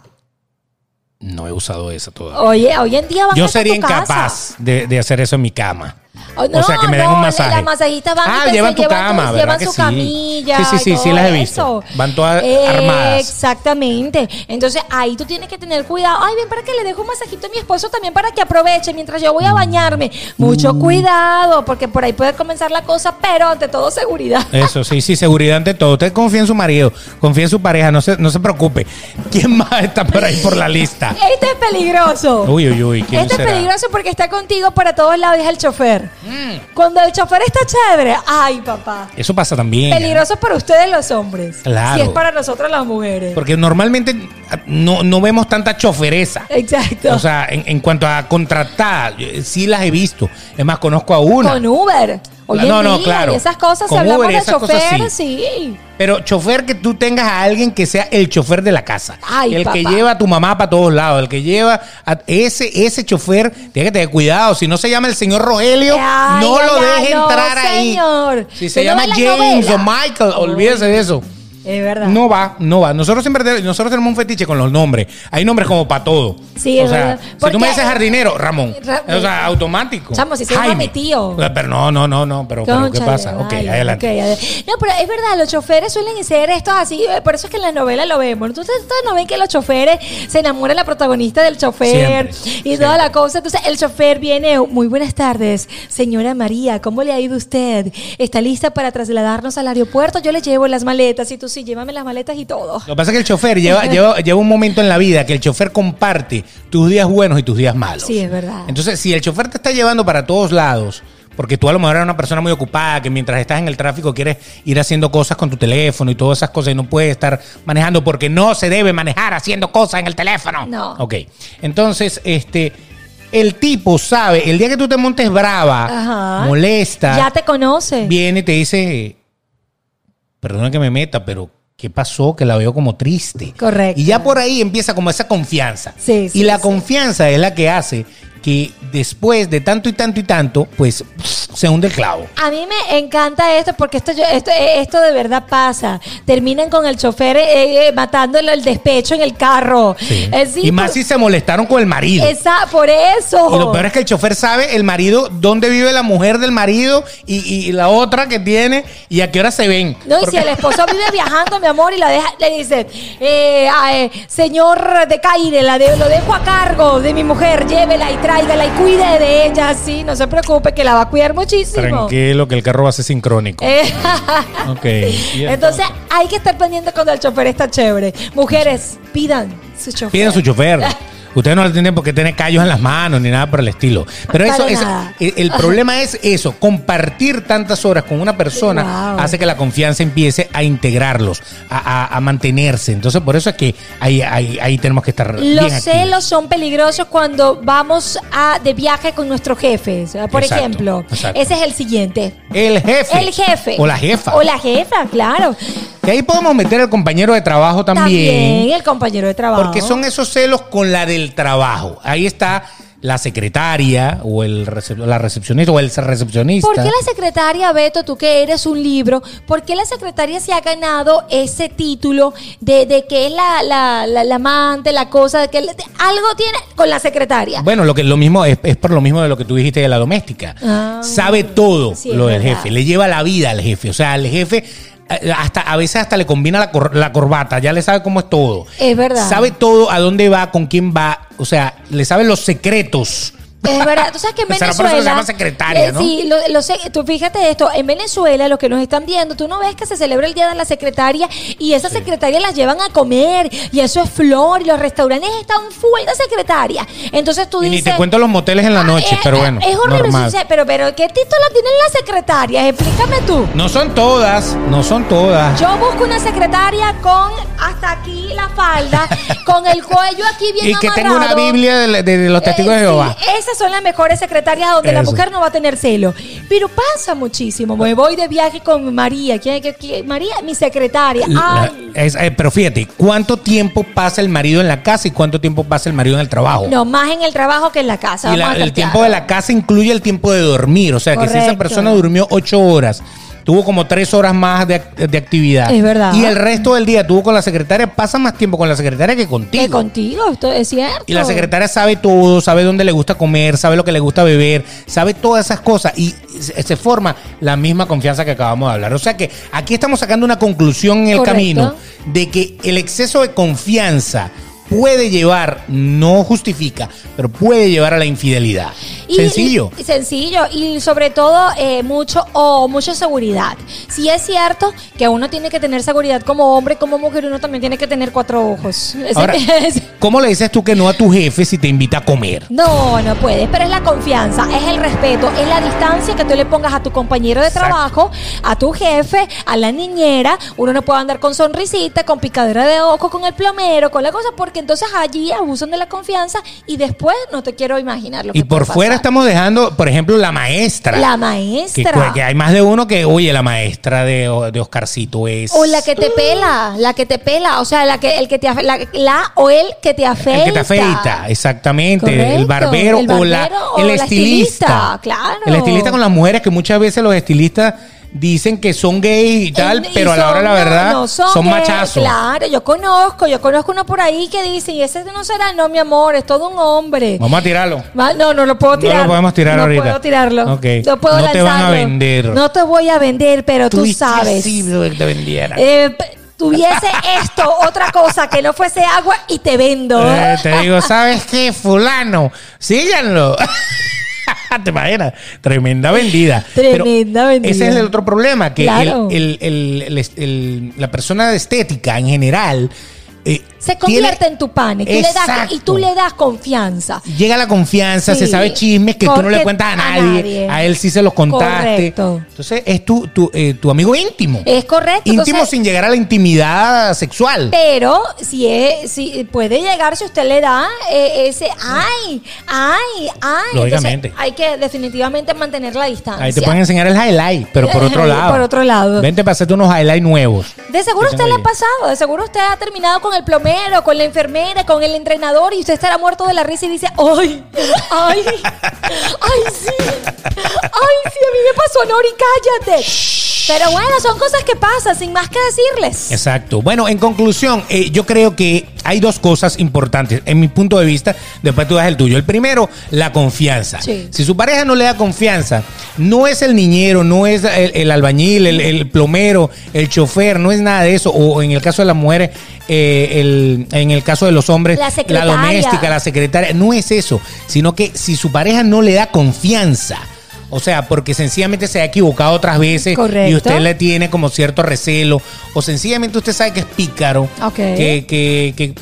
No he usado esa todavía.
Oye, hoy en día van
Yo
hasta
sería
Oh, tu casa.
incapaz de, de hacer eso en mi cama.
Ay,
o sea, que me den
Oh, no,
un
la-
masaje.
Las masajistas van
ah,
y te-
llevan
se
tu cama, ¿verdad?
llevan
que
su
sí?
camilla.
Sí, sí,
y
sí, sí,
todo
las he visto.
eso.
Van todas armadas.
Exactamente. Entonces ahí tú tienes que tener cuidado. Ay, ven para que le dejo un masajito a mi esposo también para que aproveche mientras yo voy a bañarme. Mucho
Mm.
cuidado, porque por ahí puede comenzar la cosa, pero ante todo seguridad.
Eso, sí, sí, seguridad ante todo. Usted confía en su marido, confía en su pareja, no se, no se preocupe. ¿Quién más está por ahí por la lista?
Este es peligroso.
Uy, uy, uy, ¿quién
Este
será?
es peligroso porque está contigo para todos lados y es el chofer.
Mm.
Cuando el chofer está chévere, ay, papá.
Eso pasa también. ¿eh?
Peligroso para ustedes los hombres.
Claro.
Si es para nosotras las mujeres.
Porque normalmente ah, no, no vemos tanta chofereza.
Exacto.
O sea, en, en cuanto a contratadas, yo- eh, sí las he visto. Es más, conozco a una.
con Uber. Oye,
No,
en
no,
día,
claro.
y esas cosas,
Con
si hablamos
Uber y
de
esas cosas,
chofer,
sí.
sí.
Pero chofer que tú tengas a alguien que sea el chofer de la casa.
Ay,
el que
papá.
lleva a tu mamá para todos lados. El que lleva a ese, ese chofer, tiene que tener cuidado. Si no se llama el señor Rogelio,
Ay,
no
ay,
lo
ay,
deje
no,
entrar ahí.
señor.
Si se
Yo no
llama
veo las
James o
novelas.
Michael, olvídese de eso.
Es verdad.
No va, no va. Nosotros siempre te- nosotros tenemos un fetiche con los nombres. Hay nombres como para todo.
Sí,
o
es
sea,
verdad.
si tú
Porque-
me dices jardinero, Ramón.
Ra-
o sea, automático.
Chamo, si se llama mi tío.
Pero no, no, no, no. Pero, pero ¿qué
Cónchale,
pasa? Ok,
vale,
adelante.
ok, adel- No, pero es verdad, los choferes suelen ser estos así, eh, por eso es que en las novelas lo vemos. Entonces, ustedes no ven que los choferes se enamora la protagonista del
Siempre,
chofer y
siempre.
toda la cosa. Entonces, el chofer viene, muy buenas tardes, señora María, ¿cómo le ha ido usted? ¿Está lista para trasladarnos al aeropuerto? Yo le llevo las maletas y tú sí, llévame las maletas y todo.
Lo que pasa es que el chofer lleva, lleva, lleva un momento en la vida que el chofer comparte tus días buenos y tus días malos.
Sí, es verdad.
Entonces, si el chofer te está llevando para todos lados, porque tú a lo mejor eres una persona muy ocupada, que mientras estás en el tráfico quieres ir haciendo cosas con tu teléfono y todas esas cosas y no puedes estar manejando porque no se debe manejar haciendo cosas en el teléfono.
No.
Ok. Entonces, este, el tipo sabe, el día que tú te montes brava,
Ajá.
molesta,
Ya te conoce.
viene y te dice, perdona que me meta, pero ¿qué pasó? Que la veo como triste.
Correcto.
Y ya por ahí empieza como esa confianza.
Sí, sí,
y la
sí.
confianza es la que hace que después de tanto y tanto y tanto, pues se hunde el clavo.
A mí me encanta esto porque esto, yo- esto, eh, esto de verdad pasa. Terminan con el chofer eh, eh, matándolo el despecho en el carro. Eh, sí,
y más
por-
si se molestaron con el marido.
esa, por eso.
Y lo peor es que el chofer sabe el marido, dónde vive la mujer del marido y, y- y la otra que tiene y a qué hora se ven.
No, y
Porque-
si el esposo vive viajando, mi amor, y la deja, le dice, eh, ah, eh, señor de Caire, la de, lo dejo a cargo de mi mujer, llévela y tráigala y cuide de ella, sí, no se preocupe, que la va a cuidar muchísimo.
Tranquilo, que el carro va a ser sincrónico.
Eh,
Ok.
Entonces hay que estar pendiente cuando el chofer está chévere. Mujeres, pidan su chofer.
Piden su chofer. Ustedes no lo tienen porque tiene callos en las manos ni nada por el estilo. Pero eso,
Para
eso-
nada.
el, el problema es eso, compartir tantas horas con una persona
Wow.
hace que la confianza empiece a integrarlos, a, a- a mantenerse. Entonces por eso es que ahí, ahí, ahí tenemos que estar bien
Los
activos.
celos son peligrosos cuando vamos a, de viaje con nuestros jefes. Por
Exacto,
ejemplo,
exacto.
ese es el siguiente.
El jefe.
El jefe.
O la jefa.
O la jefa, claro.
Que ahí podemos meter al compañero de trabajo
También el compañero de trabajo.
Porque son esos celos con la del trabajo. Ahí está la secretaria o el recep- la recepcionista o el recepcionista.
¿Por qué la secretaria, Beto, tú que eres un libro, por qué la secretaria se ha ganado ese título de, de que es la, la, la- la amante, la cosa, de que le- de- algo tiene con la secretaria?
Bueno, lo que lo mismo es, es por lo mismo de lo que tú dijiste de la doméstica.
Ah,
Sabe todo
sí, es
lo del
verdad.
jefe, le lleva la vida al jefe, o sea, al jefe eh, hasta a veces hasta le combina la, cor- la corbata, ya le sabe cómo es todo.
Es verdad.
Sabe todo a dónde va, con quién va, o sea, le sabe los secretos
Es verdad, tú sabes que en
Será
Venezuela. Eh,
por eso que se llama secretaria, ¿no?
Sí, lo, lo sé. Tú fíjate esto. En Venezuela, los que nos están viendo, tú no ves que se celebra el Día de la Secretaria y esas secretarias las llevan a comer y eso es flor y los restaurantes están full de secretarias. Entonces tú
Y
dices.
ni te cuento los moteles en la noche,
"Ah, es-
pero bueno.
Es horrible.
normal.
sí, sí, Pero, pero, ¿qué título tienen las secretarias? Explícame tú.
No son todas, no son todas.
Yo busco una secretaria con hasta aquí la falda, con el cuello aquí bien
Y que tenga una
amarrado.
Biblia de, de- de los testigos
Eh,
de Jehová.
sí, esas son las mejores secretarias donde la
Eso.
mujer no va a tener celo. Pero pasa muchísimo. Me voy de viaje con María. ¿Quién, qué- qué- María, mi secretaria.
La-
Ay.
es- eh, pero fíjate, ¿cuánto tiempo pasa el marido en la casa y cuánto tiempo pasa el marido en el trabajo?
No, más en el trabajo que en la casa.
Y la-
vamos a
el
estar
tiempo
claros.
de la casa incluye el tiempo de dormir. O sea, que si esa
Correcto.
persona durmió ocho horas, tuvo como tres horas más de, ac- de actividad.
Es verdad.
Y el resto del día tuvo con la secretaria, pasa más tiempo con la secretaria que contigo.
Que contigo, esto es cierto.
y la secretaria sabe todo, sabe dónde le gusta comer, sabe lo que le gusta beber, sabe todas esas cosas y se se forma la misma confianza que acabamos de hablar. O sea que aquí estamos sacando una conclusión en el
Correcto.
camino de que el exceso de confianza puede llevar, no justifica, pero puede llevar a la infidelidad.
Y-
Sencillo.
y- sencillo. Y sobre todo, eh, mucho o mucha seguridad. Si es cierto que uno tiene que tener seguridad como hombre, como mujer, uno también tiene que tener cuatro ojos. Ese-
Ahora,
ese-
¿cómo le dices tú que no a tu jefe si te invita a comer?
No, no puedes, pero es la confianza, es el respeto, es la distancia que tú le pongas a tu compañero de
Exacto.
trabajo, a tu jefe, a la niñera. Uno no puede andar con sonrisita, con picadera de ojo, con el plomero, con la cosa, porque entonces allí abusan de la confianza y después no te quiero imaginar lo que
Y por
puede
fuera
pasar.
estamos dejando, por ejemplo, la maestra.
la
Que,
maestra.
que hay más de uno que, oye, la maestra de, de Oscarcito es...
o la que te pela, la que te pela, o sea, la que el que te afe- la, la o el que te afeita.
El que te afeita, exactamente. el
Correcto,
barbero,
el
o, la,
barbero o
el
la
estilista.
estilista, claro.
El estilista con las mujeres, que muchas veces los estilistas dicen que son gay y tal,
En- y
pero a la hora de la
son-
verdad
no,
son,
que-
machazos.
Claro, yo conozco, yo conozco uno por ahí que dice, y ese no será, no, mi amor, es todo un hombre.
Vamos a tirarlo.
Va- No, no lo puedo
No
tirar.
lo podemos tirar
no
ahorita.
puedo tirarlo.
Ok.
No puedo
No te van a
lanzarlo.
vender.
No te voy a vender, pero tú,
dices
sabes.
así, bro, que te vendiera.
Eh, p- tuviese esto, otra cosa, que no fuese agua, y te vendo.
Eh, te digo, ¿sabes qué? Fulano, síganlo. ¿Te imaginas? Tremenda vendida. Pero
Tremenda vendida.
Ese es el otro problema, que
Claro.
el- el- el- el- el- la persona de estética en general... eh,
Se convierte
tiene-
en tu pane. Tú le das-
Exacto.
y tú le das confianza.
Llega la confianza,
Sí.
se sabe chismes que tú no le
Porque-
cuentas a
a
nadie, a,
nadie.
él sí se los contaste.
Correcto.
Entonces es tu, tu, eh, tu amigo íntimo.
Es correcto.
íntimo
entonces-
sin llegar a la intimidad sexual.
Pero si es, si puede llegar si usted le da eh, ese ay, ay, ay.
Lógicamente.
Entonces, hay que definitivamente mantener la distancia.
Ahí te pueden enseñar el highlight, pero por otro lado.
Por otro lado.
Vente para hacerte unos highlights nuevos.
De seguro
Yo
usted
tengo
le ha pasado, de seguro usted ha terminado con el plomero, con la enfermera, con el entrenador y usted estará muerto de la risa y dice, ay, ay, ay, sí, ay, sí, a mí me pasó, Nori, cállate. Pero bueno, son cosas que pasan, sin más que decirles.
Exacto. Bueno, en conclusión, eh, yo creo que hay dos cosas importantes en mi punto de vista, después tú das el tuyo. El primero, la confianza.
Sí.
Si su pareja no le da confianza, no es el niñero, no es el, el albañil, el, el plomero, el chofer, no es nada de eso. O en el caso de las mujeres, eh, el- en el caso de los hombres,
La secretaria.
doméstica, la secretaria, no es eso, sino que si su pareja no le da confianza. O sea, porque sencillamente se ha equivocado otras veces y
Correcto.
usted le tiene como cierto recelo o sencillamente usted sabe que es pícaro,
Ok.
que, que, que,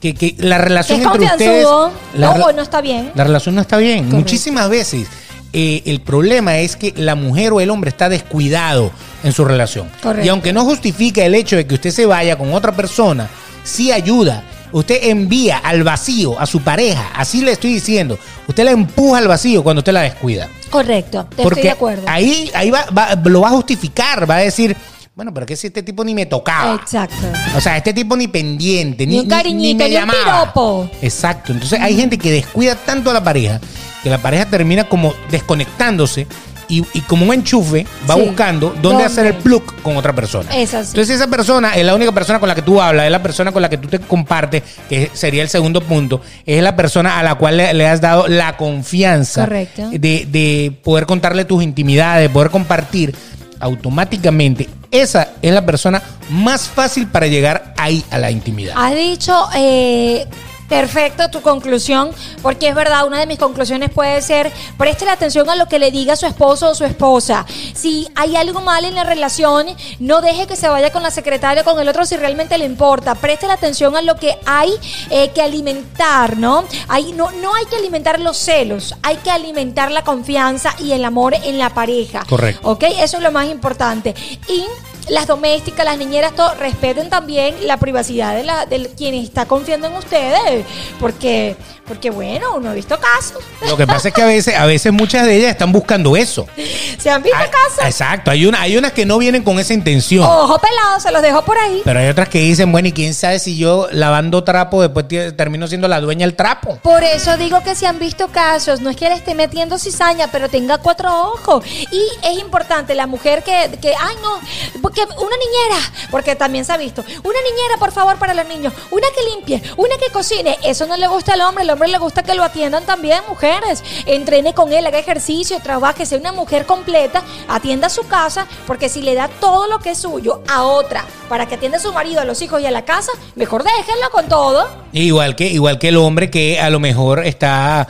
que- que la
Que
relación
es
entre ustedes,
confianzudo,
la,
no,
rela-
o no está bien.
la relación no está bien.
Correcto.
Muchísimas veces eh, el problema es que la mujer o el hombre está descuidado en su relación.
Correcto.
Y aunque no justifica el hecho de que usted se vaya con otra persona, sí ayuda. Usted envía al vacío a su pareja, así le estoy diciendo. Usted la empuja al vacío cuando usted la descuida.
Correcto, te
Porque
estoy de acuerdo.
ahí, ahí va, va- lo va a justificar, va a decir, bueno, pero que si este tipo ni me tocaba.
Exacto.
O sea, este tipo ni pendiente, ni,
Ni un cariñito,
me
ni un
llamaba.
piropo.
Exacto. Entonces hay gente que descuida tanto a la pareja que la pareja termina como desconectándose y, y como un enchufe va
Sí.
buscando dónde,
¿Dónde?
hacer el plug con otra persona.
Es así.
Entonces esa persona es la única persona con la que tú hablas, es la persona con la que tú te compartes, que sería el segundo punto, es la persona a la cual le, le has dado la confianza
Correcto.
de, de poder contarle tus intimidades, poder compartir, automáticamente esa es la persona más fácil para llegar ahí a la intimidad.
Has dicho eh, Perfecto tu conclusión, porque es verdad, una de mis conclusiones puede ser, preste la atención a lo que le diga su esposo o su esposa. Si hay algo mal en la relación, no deje que se vaya con la secretaria o con el otro si realmente le importa. Preste la atención a lo que hay eh, que alimentar, ¿no? Hay, no, no hay que alimentar los celos, hay que alimentar la confianza y el amor en la pareja.
Correcto.
¿Ok? Eso es lo más importante. Y las domésticas, las niñeras, todo, respeten también la privacidad de, la, de quien está confiando en ustedes. Porque, porque bueno, uno ha visto casos.
Lo que pasa es que a veces, a veces muchas de ellas están buscando eso.
¿Se han visto
Ah,
casos?
Exacto, hay, una, hay unas que no vienen con esa intención.
Ojo pelado, se los dejo por ahí.
Pero hay otras que dicen, bueno, ¿y quién sabe si yo lavando trapo después tie- termino siendo la dueña del trapo?
Por eso digo que se han visto casos, no es que le esté metiendo cizaña, pero tenga cuatro ojos. Y es importante, la mujer que, que ay no, porque una niñera, porque también se ha visto, una niñera, por favor, para los niños, una que limpie, una que cocine, eso no le gusta al hombre, al hombre le gusta que lo atiendan también, mujeres. Entrene con él, haga ejercicio, trabaje, sea una mujer completa, atienda su casa, porque si le da todo lo que es suyo a otra, para que atienda a su marido, a los hijos y a la casa, mejor déjenlo con todo.
Igual que, igual que el hombre que a lo mejor está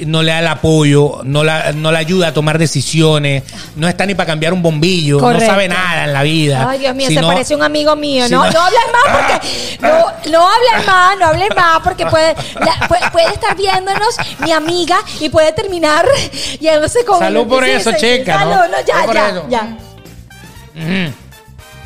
no le da el apoyo, no la, no la ayuda a tomar decisiones, no está ni para cambiar un bombillo,
Correcto.
no sabe nada en la vida.
Ay, Dios mío,
Si
se
no-
parece un amigo mío.
si
no,
no- Ah.
no, hables más porque. No, no hables más, no hables más porque puede, la- pu- puede estar viéndonos mi amiga y puede terminar yéndose con.
Salud por
sí,
eso,
sí,
chica,
Salud,
¿no?
no, ya,
Salud por
ya,
eso.
ya.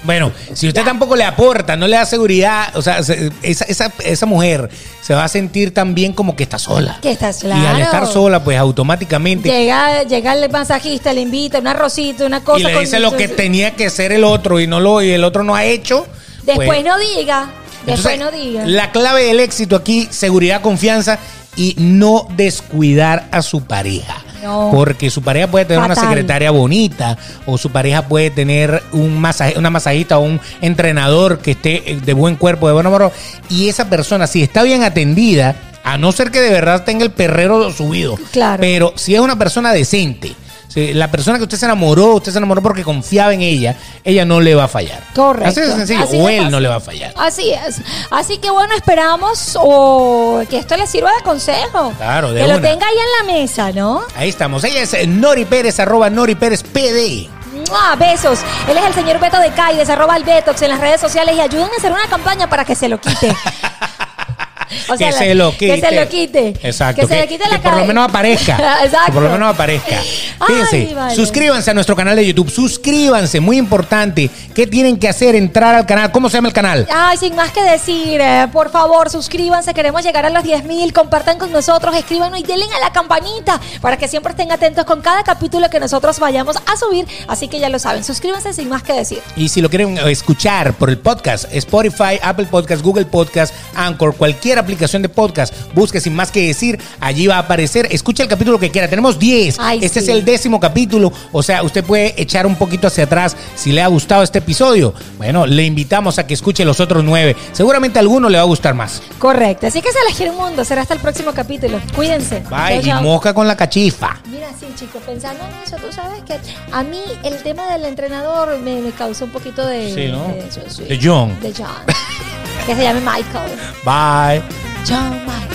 Bueno, si usted tampoco le aporta, no le da seguridad, o sea, se- esa, esa, esa mujer se va a sentir también como que está sola.
Que estás
Y al
claro.
estar sola, pues automáticamente
Llega, llega el masajista, le invita una rosita, una cosa.
y le
con-
dice lo que tenía que ser el otro y no lo y el otro no ha hecho.
Después
pues,
no diga. Después
entonces,
no diga.
La clave del éxito aquí, seguridad, confianza y no descuidar a su pareja.
No.
Porque su pareja puede tener una
Fatal.
secretaria bonita o su pareja puede tener un masaje, una masajista o un entrenador que esté eh, de buen cuerpo, de buen amor. Y esa persona, si está bien atendida, a no ser que de verdad tenga el perrero subido,
Claro.
pero si es una persona decente, si la persona que usted se enamoró, usted se enamoró porque confiaba en ella, ella no le va a fallar.
Correcto.
Así de sencillo.
Así
o
de
él no
fácil.
le va a fallar.
Así es. Así que bueno, esperamos o que esto le sirva de consejo.
Claro, de
Que lo
una.
tenga ahí en la mesa, ¿no?
Ahí estamos. Ella es eh, Nori Pérez, arroba Nori Pérez PD.
¡Mua! Besos. Él es el señor Beto de Calles, arroba el Betox en las redes sociales y ayuden a hacer una campaña para que se lo quite. O sea,
que
la-
se lo quite.
Que se lo quite.
Exacto.
Que se le quite la
que por lo
cara.
menos aparezca.
Exacto.
Que por lo menos aparezca.
Ay,
Fíjense,
vale.
suscríbanse a nuestro canal de YouTube. Suscríbanse, muy importante. ¿Qué tienen que hacer? Entrar al canal. ¿Cómo se llama el canal?
Ay, sin más que decir, eh, por favor, suscríbanse, queremos llegar a los 10.000 compartan con nosotros, escríbanos y denle a la campanita para que siempre estén atentos con cada capítulo que nosotros vayamos a subir, así que ya lo saben, suscríbanse sin más que decir.
Y si lo quieren eh, escuchar por el podcast, Spotify, Apple Podcast, Google Podcast, Anchor, cualquier aplicación de podcast, busque sin más que decir, allí va a aparecer. Escucha el capítulo que quiera. Tenemos 10.
Ay,
este
sí.
es el décimo capítulo. O sea, usted puede echar un poquito hacia atrás si le ha gustado este episodio. Bueno, le invitamos a que escuche los otros 9. Seguramente a alguno le va a gustar más.
Correcto, así que se les quiere un mundo, será hasta el próximo capítulo, cuídense.
Bye.
Chao,
Y
chao.
mosca con la cachifa.
Mira, sí, chico, pensando en eso, tú sabes que a mí el tema del entrenador me, me causó un poquito de...
Sí, ¿no?
De, eso, sí.
De John.
De John. que se llame Michael.
Bye.
John Michael.